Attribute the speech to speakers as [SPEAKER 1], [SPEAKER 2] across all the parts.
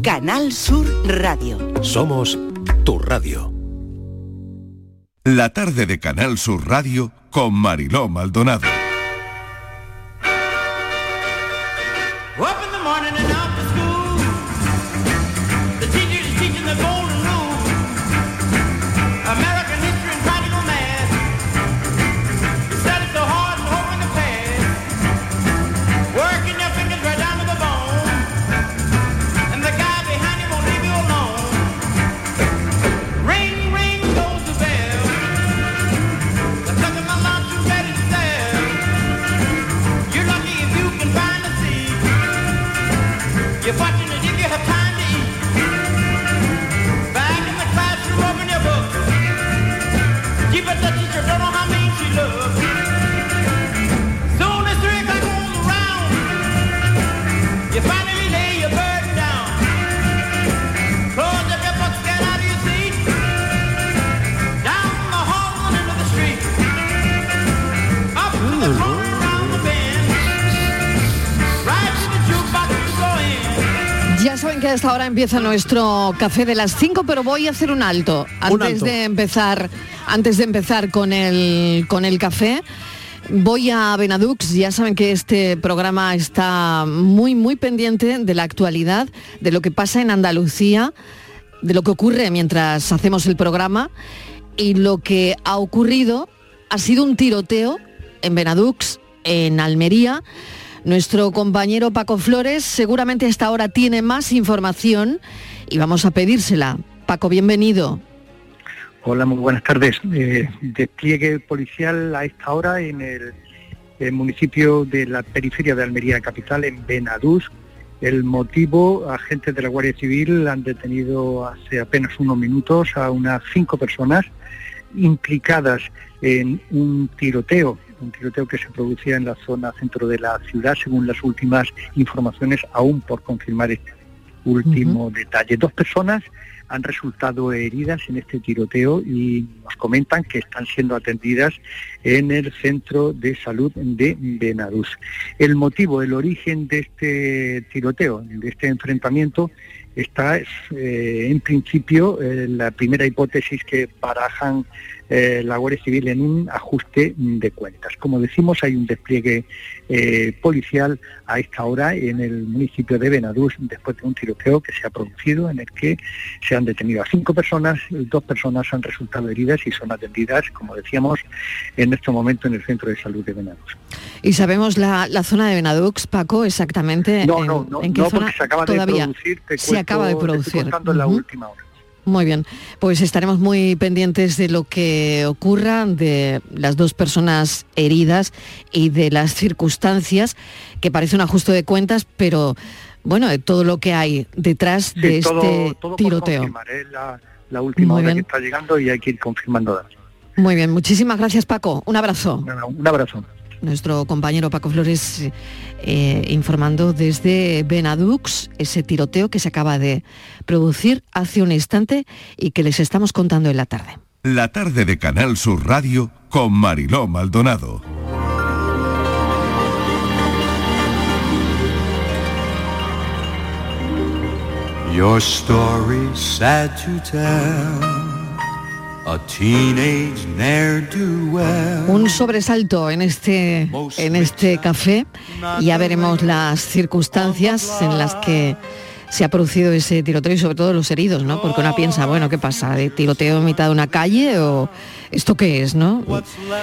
[SPEAKER 1] Canal Sur Radio.
[SPEAKER 2] Somos tu radio.
[SPEAKER 3] La tarde de Canal Sur Radio con Mariló Maldonado.
[SPEAKER 4] Up in the morning and out to school. The teacher's teaching the golden rule. American history and practical math. You study so hard and hope in the past. Working your fingers right down to the bone. And the guy behind you won't leave you alone. Ring, ring goes the bell. The clock in my lunch is ready to sell. You're lucky if you can find a seat. You're fortunate if you have time to eat. Back in the classroom, open your book. Keep it the teacher, don't know how mean she looks. Soon as three o'clock rolls around, you finally lay your burden down. Close up your books, get out of your seat. Down the hall and into the street. Up to the corner, around the bend. Right to the jukebox you go in.
[SPEAKER 5] Ya saben que a esta hora empieza nuestro café de las 5, pero voy a hacer un alto antes
[SPEAKER 6] alto.
[SPEAKER 5] de empezar, antes de empezar con el con el café. Voy a Benadux, ya saben que este programa está muy muy pendiente de la actualidad, de lo que pasa en Andalucía, de lo que ocurre mientras hacemos el programa y lo que ha ocurrido ha sido un tiroteo en Benadux, en Almería. Nuestro compañero Paco Flores seguramente hasta ahora tiene más información y vamos a pedírsela. Paco, bienvenido.
[SPEAKER 7] Hola, muy buenas tardes. Eh, despliegue policial a esta hora en el, el municipio de la periferia de Almería Capital, en Benadús. El motivo, agentes de la Guardia Civil han detenido hace apenas unos minutos a unas cinco personas implicadas en un tiroteo, un tiroteo que se producía en la zona centro de la ciudad, según las últimas informaciones, aún por confirmar este último detalle. Dos personas han resultado heridas en este tiroteo y nos comentan que están siendo atendidas en el centro de salud de Benadús. El motivo, el origen de este tiroteo, de este enfrentamiento, está eh, en principio eh, la primera hipótesis que barajan eh, la Guardia Civil en un ajuste de cuentas. Como decimos, hay un despliegue eh, policial a esta hora en el municipio de Benadús después de un tiroteo que se ha producido en el que se han detenido a cinco personas, eh, dos personas han resultado heridas y son atendidas, como decíamos, en este momento en el centro de salud de Benadús.
[SPEAKER 5] Y sabemos la, la zona de Benadux, Paco, exactamente Eh, en, en qué
[SPEAKER 7] no,
[SPEAKER 5] zona
[SPEAKER 7] porque se acaba
[SPEAKER 5] todavía
[SPEAKER 7] de producir, te
[SPEAKER 5] se acaba
[SPEAKER 7] cuento-
[SPEAKER 5] de
[SPEAKER 7] este te
[SPEAKER 5] producir.
[SPEAKER 7] estoy contando en la
[SPEAKER 5] Ujú.
[SPEAKER 7] última hora.
[SPEAKER 5] Muy bien, pues estaremos muy pendientes de lo que ocurra, de las dos personas heridas y de las circunstancias, que parece un ajuste de cuentas, pero bueno, de todo lo que hay detrás
[SPEAKER 7] Sí,
[SPEAKER 5] de
[SPEAKER 7] todo-
[SPEAKER 5] este
[SPEAKER 7] todo por
[SPEAKER 5] tiroteo.
[SPEAKER 7] confirmar, es la, la última
[SPEAKER 5] Muy
[SPEAKER 7] hora
[SPEAKER 5] bien.
[SPEAKER 7] que está llegando y hay que ir confirmando datos.
[SPEAKER 5] Muy bien, muchísimas gracias Paco, un abrazo.
[SPEAKER 7] Nada, Un abrazo.
[SPEAKER 5] Nuestro compañero Paco Flores eh, informando desde Benadux ese tiroteo que se acaba de producir hace un instante y que les estamos contando en la tarde.
[SPEAKER 3] La tarde de Canal Sur Radio con Mariló Maldonado.
[SPEAKER 8] Your story sad to tell, a teenage ne'er-do-well.
[SPEAKER 5] Un sobresalto en este, en este café. Ya veremos las circunstancias en las que se ha producido ese tiroteo y sobre todo los heridos, ¿no? Porque uno piensa, bueno, ¿qué pasa? ¿De tiroteo en mitad de una calle o esto qué es, no?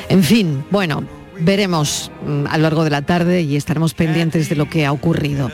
[SPEAKER 5] En fin, bueno, veremos mm, a lo largo de la tarde y estaremos pendientes de lo que ha ocurrido.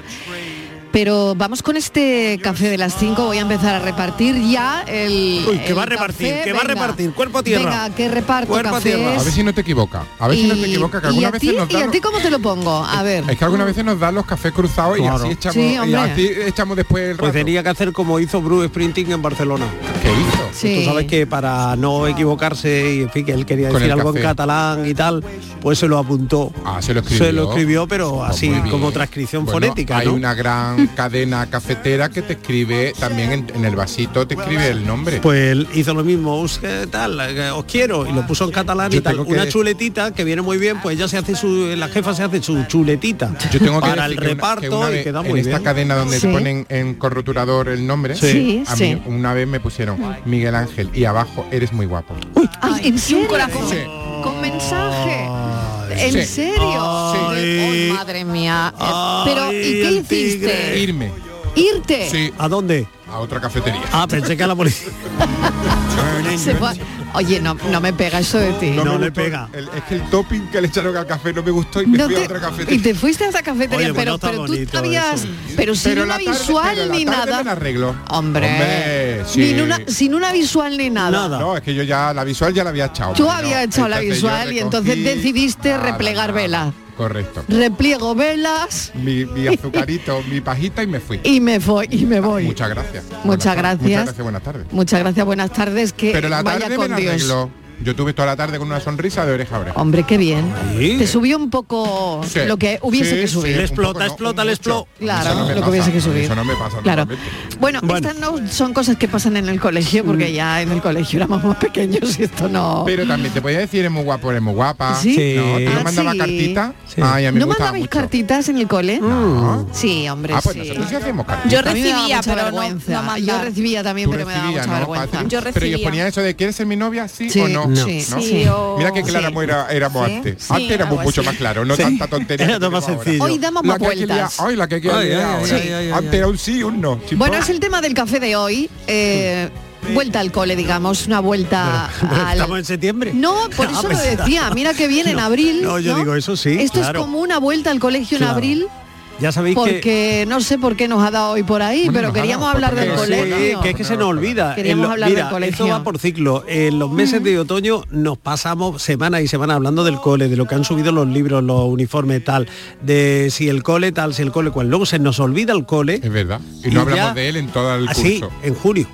[SPEAKER 5] Pero vamos con este café de las 5, voy a empezar a repartir ya el...
[SPEAKER 9] Uy, que
[SPEAKER 5] el
[SPEAKER 9] va a repartir,
[SPEAKER 5] café.
[SPEAKER 9] que va a repartir, cuerpo a tierra.
[SPEAKER 5] Venga, que reparto cafés.
[SPEAKER 10] A ver si no te equivoca. A ver si no te
[SPEAKER 5] Y-
[SPEAKER 10] equivoca, que
[SPEAKER 5] ¿y a
[SPEAKER 10] algunas veces
[SPEAKER 5] ti?
[SPEAKER 10] nos
[SPEAKER 5] ¿Y a
[SPEAKER 10] dan.
[SPEAKER 5] ti cómo te lo pongo? A ver.
[SPEAKER 10] Es que algunas veces nos dan los cafés cruzados y
[SPEAKER 9] Claro.
[SPEAKER 10] así echamos,
[SPEAKER 5] Sí,
[SPEAKER 10] y
[SPEAKER 5] hombre.
[SPEAKER 10] así echamos después el
[SPEAKER 9] Pues
[SPEAKER 10] rato.
[SPEAKER 9] tenía que hacer como hizo Bruce Sprinting en Barcelona. Pues
[SPEAKER 10] ¿Qué hizo?
[SPEAKER 5] Sí.
[SPEAKER 9] Tú sabes que para no equivocarse y en fin que él quería
[SPEAKER 10] Con
[SPEAKER 9] decir
[SPEAKER 10] el
[SPEAKER 9] algo en
[SPEAKER 10] café.
[SPEAKER 9] catalán y tal, pues se lo apuntó.
[SPEAKER 10] Ah, se lo escribió. Pues
[SPEAKER 9] Se lo escribió, pero así
[SPEAKER 10] muy bien.
[SPEAKER 9] como transcripción
[SPEAKER 10] Bueno,
[SPEAKER 9] fonética.
[SPEAKER 10] Hay
[SPEAKER 9] ¿no?
[SPEAKER 10] una gran cadena cafetera que te escribe también en, en el vasito, te escribe el nombre.
[SPEAKER 9] Pues hizo lo mismo, "Us, ¿qué tal, Eh, os quiero, y lo puso en catalán
[SPEAKER 10] Yo
[SPEAKER 9] y tal.
[SPEAKER 10] tengo que-
[SPEAKER 9] Una chuletita que viene muy bien, pues ella se hace su, la jefa se hace su chuletita
[SPEAKER 10] Yo tengo que
[SPEAKER 9] para
[SPEAKER 10] decir
[SPEAKER 9] el
[SPEAKER 10] que una-
[SPEAKER 9] reparto
[SPEAKER 10] que una
[SPEAKER 9] y
[SPEAKER 10] vez
[SPEAKER 9] queda
[SPEAKER 10] En
[SPEAKER 9] muy
[SPEAKER 10] esta
[SPEAKER 9] bien.
[SPEAKER 10] cadena donde
[SPEAKER 5] Sí.
[SPEAKER 10] te ponen en corroturador el nombre,
[SPEAKER 5] Sí.
[SPEAKER 10] a mí
[SPEAKER 5] Sí.
[SPEAKER 10] una vez me pusieron Miguel Ángel y abajo eres muy guapo.
[SPEAKER 5] Ay, ¿En serio?
[SPEAKER 10] Sí.
[SPEAKER 5] Con mensaje. ¿En
[SPEAKER 10] Sí.
[SPEAKER 5] serio?
[SPEAKER 9] Ay.
[SPEAKER 5] Oh, madre mía. Eh, Pero, ¿y
[SPEAKER 9] Ay,
[SPEAKER 5] qué
[SPEAKER 9] el
[SPEAKER 5] hiciste?
[SPEAKER 9] tigre.
[SPEAKER 10] Irme.
[SPEAKER 5] Irte.
[SPEAKER 10] Sí,
[SPEAKER 9] ¿A dónde?
[SPEAKER 10] a otra cafetería.
[SPEAKER 9] Ah, pensé que a la policía.
[SPEAKER 5] Se fue- Oye, no, no me pega eso de ti.
[SPEAKER 9] No
[SPEAKER 10] me
[SPEAKER 9] le
[SPEAKER 10] gustó.
[SPEAKER 9] pega.
[SPEAKER 10] El- es que el topping que le echaron al café no me gustó y me
[SPEAKER 5] No
[SPEAKER 10] fui a
[SPEAKER 5] te-
[SPEAKER 10] otra
[SPEAKER 5] y
[SPEAKER 10] cafetería.
[SPEAKER 5] te fuiste a esa cafetería,
[SPEAKER 9] Oye, pues no
[SPEAKER 5] pero,
[SPEAKER 9] está
[SPEAKER 5] pero tú
[SPEAKER 9] bonito
[SPEAKER 5] sabías,
[SPEAKER 9] eso.
[SPEAKER 5] pero sin una
[SPEAKER 10] tarde-
[SPEAKER 5] visual
[SPEAKER 10] pero la
[SPEAKER 5] ni
[SPEAKER 10] tarde
[SPEAKER 5] nada.
[SPEAKER 10] me la arreglo.
[SPEAKER 5] Hombre,
[SPEAKER 10] Hombre, sí.
[SPEAKER 5] sin, una, sin una visual ni nada.
[SPEAKER 9] Nada.
[SPEAKER 10] No, es que yo ya la visual ya la había echado.
[SPEAKER 5] Tú
[SPEAKER 10] Yo-
[SPEAKER 5] habías echado la
[SPEAKER 10] entonces yo
[SPEAKER 5] visual y entonces
[SPEAKER 10] recogí-
[SPEAKER 5] decidiste
[SPEAKER 10] Nada,
[SPEAKER 5] replegar
[SPEAKER 10] nada.
[SPEAKER 5] vela.
[SPEAKER 10] Correcto.
[SPEAKER 5] Repliego velas
[SPEAKER 10] Mi, mi azucarito, mi pajita y me fui.
[SPEAKER 5] y me voy y me voy.
[SPEAKER 10] Muchas gracias.
[SPEAKER 5] Muchas
[SPEAKER 10] Buenas tardes.
[SPEAKER 5] gracias.
[SPEAKER 10] Muchas gracias, buenas tardes.
[SPEAKER 5] Muchas gracias, buenas tardes, que
[SPEAKER 10] Pero la
[SPEAKER 5] vaya
[SPEAKER 10] tarde me
[SPEAKER 5] con
[SPEAKER 10] la
[SPEAKER 5] Dios.
[SPEAKER 10] arregló. Yo tuve toda la tarde con una sonrisa de oreja a oreja.
[SPEAKER 5] Hombre, qué bien.
[SPEAKER 9] Sí.
[SPEAKER 5] Te subió un poco
[SPEAKER 10] Sí.
[SPEAKER 5] lo que hubiese
[SPEAKER 10] Sí,
[SPEAKER 5] que
[SPEAKER 10] sí,
[SPEAKER 5] subir.
[SPEAKER 9] Le
[SPEAKER 10] un
[SPEAKER 9] explota,
[SPEAKER 10] un
[SPEAKER 9] explota,
[SPEAKER 10] mucho.
[SPEAKER 9] le explota.
[SPEAKER 5] Claro,
[SPEAKER 10] Eso no me
[SPEAKER 5] lo que
[SPEAKER 10] pasa,
[SPEAKER 5] hubiese que subir.
[SPEAKER 10] Eso no me pasa
[SPEAKER 5] Claro.
[SPEAKER 10] normalmente.
[SPEAKER 5] Bueno,
[SPEAKER 9] Bueno. Mm.
[SPEAKER 5] estas no son cosas que pasan en el colegio, porque ya en el colegio éramos más pequeños y esto no.
[SPEAKER 10] Pero también te podía decir, eres muy guapo, eres muy guapa.
[SPEAKER 5] Oh. ¿Sí?
[SPEAKER 9] Sí.
[SPEAKER 10] No, yo
[SPEAKER 9] Ah,
[SPEAKER 10] mandaba
[SPEAKER 5] sí.
[SPEAKER 10] cartita.
[SPEAKER 9] Sí.
[SPEAKER 10] Ay, a mí me
[SPEAKER 5] ¿No
[SPEAKER 10] gustaba
[SPEAKER 5] mandabais
[SPEAKER 10] mucho.
[SPEAKER 5] cartitas en el cole?
[SPEAKER 10] No.
[SPEAKER 5] Sí, hombre,
[SPEAKER 10] Ah, pues
[SPEAKER 5] sí.
[SPEAKER 10] nosotros sí hacíamos cartitas.
[SPEAKER 6] Yo
[SPEAKER 5] A mí me daba
[SPEAKER 6] recibía,
[SPEAKER 5] mucha
[SPEAKER 6] pero no,
[SPEAKER 5] vergüenza.
[SPEAKER 6] no
[SPEAKER 5] Yo
[SPEAKER 6] mandaba.
[SPEAKER 5] recibía también,
[SPEAKER 10] Tú
[SPEAKER 5] pero me daba
[SPEAKER 10] recibías,
[SPEAKER 5] mucha
[SPEAKER 10] ¿no,
[SPEAKER 5] vergüenza.
[SPEAKER 10] Patri?
[SPEAKER 6] Yo
[SPEAKER 10] Pero ellos
[SPEAKER 6] recibía.
[SPEAKER 10] ponían eso de ¿quieres ser mi novia? Sí,
[SPEAKER 5] Sí,
[SPEAKER 10] o no.
[SPEAKER 5] no.
[SPEAKER 10] ¿no?
[SPEAKER 5] Sí, sí,
[SPEAKER 6] o-
[SPEAKER 10] Mira que
[SPEAKER 5] sí.
[SPEAKER 10] clara era, éramos
[SPEAKER 6] Sí,
[SPEAKER 10] antes.
[SPEAKER 6] sí,
[SPEAKER 10] antes éramos
[SPEAKER 6] algo
[SPEAKER 10] mucho
[SPEAKER 6] así.
[SPEAKER 10] más claros, no tanta tontería.
[SPEAKER 9] Era
[SPEAKER 10] que
[SPEAKER 9] todo
[SPEAKER 10] tenemos
[SPEAKER 9] más
[SPEAKER 10] ahora.
[SPEAKER 9] sencillo.
[SPEAKER 5] Hoy damos más
[SPEAKER 10] La que hay que liar-
[SPEAKER 5] vueltas.
[SPEAKER 10] Ay, la que hay que
[SPEAKER 9] Ay,
[SPEAKER 10] liar
[SPEAKER 9] ay,
[SPEAKER 10] ahora.
[SPEAKER 9] ay,
[SPEAKER 5] Sí. ay,
[SPEAKER 9] ay,
[SPEAKER 10] Antes
[SPEAKER 9] ay.
[SPEAKER 10] era un sí, un no. sin
[SPEAKER 5] Bueno,
[SPEAKER 10] más.
[SPEAKER 5] es el tema del café de hoy. eh, vuelta al cole, digamos, una vuelta al...
[SPEAKER 9] Estamos en septiembre.
[SPEAKER 5] No, por
[SPEAKER 9] Ah,
[SPEAKER 5] eso lo
[SPEAKER 9] pues-
[SPEAKER 5] decía. Mira que viene en abril.
[SPEAKER 9] no, yo digo, eso sí,
[SPEAKER 5] Esto
[SPEAKER 9] claro.
[SPEAKER 5] es como una vuelta al colegio
[SPEAKER 9] Claro.
[SPEAKER 5] en abril,
[SPEAKER 9] Ya sabéis que-
[SPEAKER 5] porque no sé por qué nos ha dado hoy por ahí,
[SPEAKER 10] Bueno,
[SPEAKER 5] pero
[SPEAKER 10] nos ha
[SPEAKER 5] queríamos
[SPEAKER 10] dado,
[SPEAKER 5] hablar
[SPEAKER 10] porque
[SPEAKER 5] del
[SPEAKER 9] Sí,
[SPEAKER 10] no sé,
[SPEAKER 5] colegio.
[SPEAKER 9] que es que se nos olvida. En
[SPEAKER 5] Queríamos
[SPEAKER 9] lo-
[SPEAKER 5] hablar
[SPEAKER 9] mira,
[SPEAKER 5] del colegio.
[SPEAKER 9] Esto va por ciclo. En los meses de otoño nos pasamos semana y semana hablando del cole, de lo que han subido los libros, los uniformes, tal, de si el cole tal, si el cole cual. Luego se nos olvida el cole.
[SPEAKER 10] Es verdad. Y no
[SPEAKER 9] ya-
[SPEAKER 10] hablamos de él en todo el
[SPEAKER 9] Así,
[SPEAKER 10] curso.
[SPEAKER 9] Ah, en junio.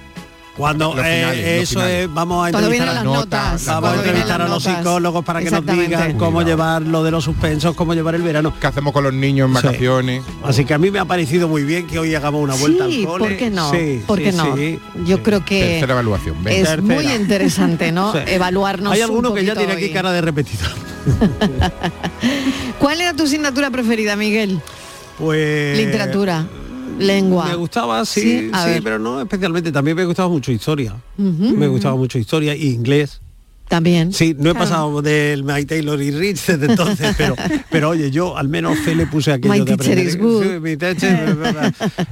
[SPEAKER 9] Cuando
[SPEAKER 10] Los finales,
[SPEAKER 9] eh,
[SPEAKER 10] los
[SPEAKER 9] eso
[SPEAKER 10] finales.
[SPEAKER 9] es, vamos a
[SPEAKER 5] Cuando
[SPEAKER 9] entrevistar
[SPEAKER 5] vienen
[SPEAKER 9] a
[SPEAKER 5] las
[SPEAKER 10] notas,
[SPEAKER 5] notas.
[SPEAKER 10] las
[SPEAKER 9] Vamos a
[SPEAKER 5] cuando vienen
[SPEAKER 9] entrevistar a
[SPEAKER 5] las
[SPEAKER 9] los
[SPEAKER 5] notas.
[SPEAKER 9] psicólogos para que nos
[SPEAKER 5] Exactamente.
[SPEAKER 9] digan cómo
[SPEAKER 10] Cuidado.
[SPEAKER 9] llevar lo de los suspensos, cómo llevar el verano.
[SPEAKER 10] ¿Qué hacemos con los niños en
[SPEAKER 9] Sí.
[SPEAKER 10] vacaciones?
[SPEAKER 9] Así que a mí me ha parecido muy bien que hoy hagamos una vuelta
[SPEAKER 5] sí,
[SPEAKER 9] al cole.
[SPEAKER 5] ¿por qué no?
[SPEAKER 9] Sí,
[SPEAKER 5] ¿Por
[SPEAKER 9] sí,
[SPEAKER 5] qué no?
[SPEAKER 9] sí.
[SPEAKER 5] Yo creo que
[SPEAKER 10] Tercera evaluación. venga.
[SPEAKER 5] es
[SPEAKER 9] Tercera.
[SPEAKER 5] muy interesante, ¿no?
[SPEAKER 9] Sí.
[SPEAKER 5] Evaluarnos.
[SPEAKER 9] Hay
[SPEAKER 5] un
[SPEAKER 9] alguno que ya
[SPEAKER 5] poquito
[SPEAKER 9] tiene aquí
[SPEAKER 5] hoy.
[SPEAKER 9] cara de repetido.
[SPEAKER 5] ¿Cuál era tu asignatura preferida, Miguel?
[SPEAKER 9] Pues
[SPEAKER 5] Literatura, lengua.
[SPEAKER 9] Me gustaba, sí,
[SPEAKER 5] Sí, a
[SPEAKER 9] sí,
[SPEAKER 5] ver.
[SPEAKER 9] pero no especialmente. También me gustaba mucho historia. Me gustaba mucho historia y inglés.
[SPEAKER 5] También.
[SPEAKER 9] Sí, no he pasado del My Taylor y Rich desde entonces, pero, pero oye, yo al menos fe le puse aquello
[SPEAKER 5] My
[SPEAKER 9] de
[SPEAKER 5] teacher
[SPEAKER 9] aprender.
[SPEAKER 5] is good.
[SPEAKER 9] Sí, mi teacher,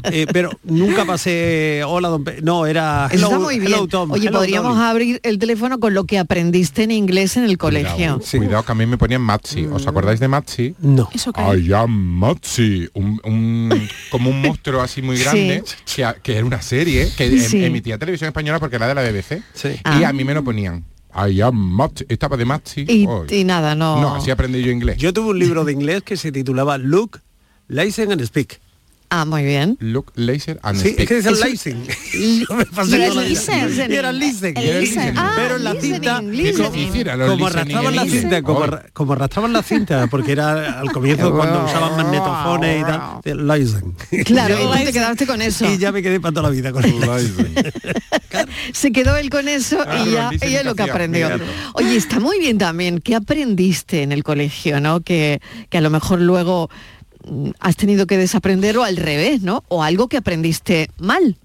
[SPEAKER 9] eh, pero nunca pasé hola don Pe no, era
[SPEAKER 5] Eso está
[SPEAKER 9] Ah, hello-
[SPEAKER 5] muy bien.
[SPEAKER 9] hello, Tom,
[SPEAKER 5] Oye, pues-
[SPEAKER 9] hello,
[SPEAKER 5] podríamos
[SPEAKER 9] Dolly.
[SPEAKER 5] abrir el teléfono con lo que aprendiste en inglés en el colegio.
[SPEAKER 10] Cuidado, cuidado, que a mí me ponían Maxi. ¿Os acordáis de Maxi?
[SPEAKER 9] No.
[SPEAKER 6] Eso que
[SPEAKER 10] I am Maxi, un, un- como un monstruo así muy
[SPEAKER 5] Sí.
[SPEAKER 10] grande, que, a- que era una serie que em-
[SPEAKER 5] Sí.
[SPEAKER 10] emitía televisión española porque era de la BBC.
[SPEAKER 9] Sí.
[SPEAKER 10] Y
[SPEAKER 5] Ah.
[SPEAKER 10] a mí me lo ponían. I am Maxi, estaba de Maxi.
[SPEAKER 5] Y,
[SPEAKER 10] Oh.
[SPEAKER 5] y nada, no.
[SPEAKER 10] No, así aprendí yo inglés.
[SPEAKER 9] Yo tuve un libro de inglés que se titulaba Look, Listen and Speak.
[SPEAKER 5] Ah, muy bien.
[SPEAKER 10] Look, laser and
[SPEAKER 9] Sí, es
[SPEAKER 10] speak.
[SPEAKER 9] que dice
[SPEAKER 5] Eso-
[SPEAKER 9] Listen. Yo me pasé
[SPEAKER 5] Pero
[SPEAKER 9] toda la vida.
[SPEAKER 5] listening.
[SPEAKER 9] Y era Listen.
[SPEAKER 10] Y era listening.
[SPEAKER 5] Ah,
[SPEAKER 9] pero en la
[SPEAKER 5] listening,
[SPEAKER 9] cinta
[SPEAKER 5] listening.
[SPEAKER 10] Sí, sí, era lo
[SPEAKER 9] como
[SPEAKER 10] listening
[SPEAKER 9] arrastraban la
[SPEAKER 10] en inglés.
[SPEAKER 9] cinta como, arra- como arrastraban la cinta porque era al comienzo cuando usaban magnetofones y tal de Lysen.
[SPEAKER 5] Claro,
[SPEAKER 9] Yo-
[SPEAKER 5] y tú te quedaste con eso.
[SPEAKER 9] y ya me quedé para toda la vida con el Lysen.
[SPEAKER 5] Se quedó él con eso
[SPEAKER 10] Ah,
[SPEAKER 5] y
[SPEAKER 10] pero
[SPEAKER 5] ya
[SPEAKER 10] dice
[SPEAKER 5] ella
[SPEAKER 10] que
[SPEAKER 5] lo que
[SPEAKER 10] hacía,
[SPEAKER 5] aprendió.
[SPEAKER 10] claro.
[SPEAKER 5] Oye, está muy bien también. ¿Qué aprendiste en el colegio, no? Que, que a lo mejor luego mm, has tenido que desaprender o al revés, ¿no? O algo que aprendiste mal,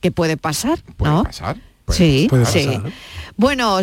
[SPEAKER 5] que puede pasar,
[SPEAKER 10] Puede
[SPEAKER 5] ¿no?
[SPEAKER 10] pasar. puede
[SPEAKER 5] Sí,
[SPEAKER 9] puede
[SPEAKER 5] sí.
[SPEAKER 9] pasar, ¿eh?
[SPEAKER 5] Bueno,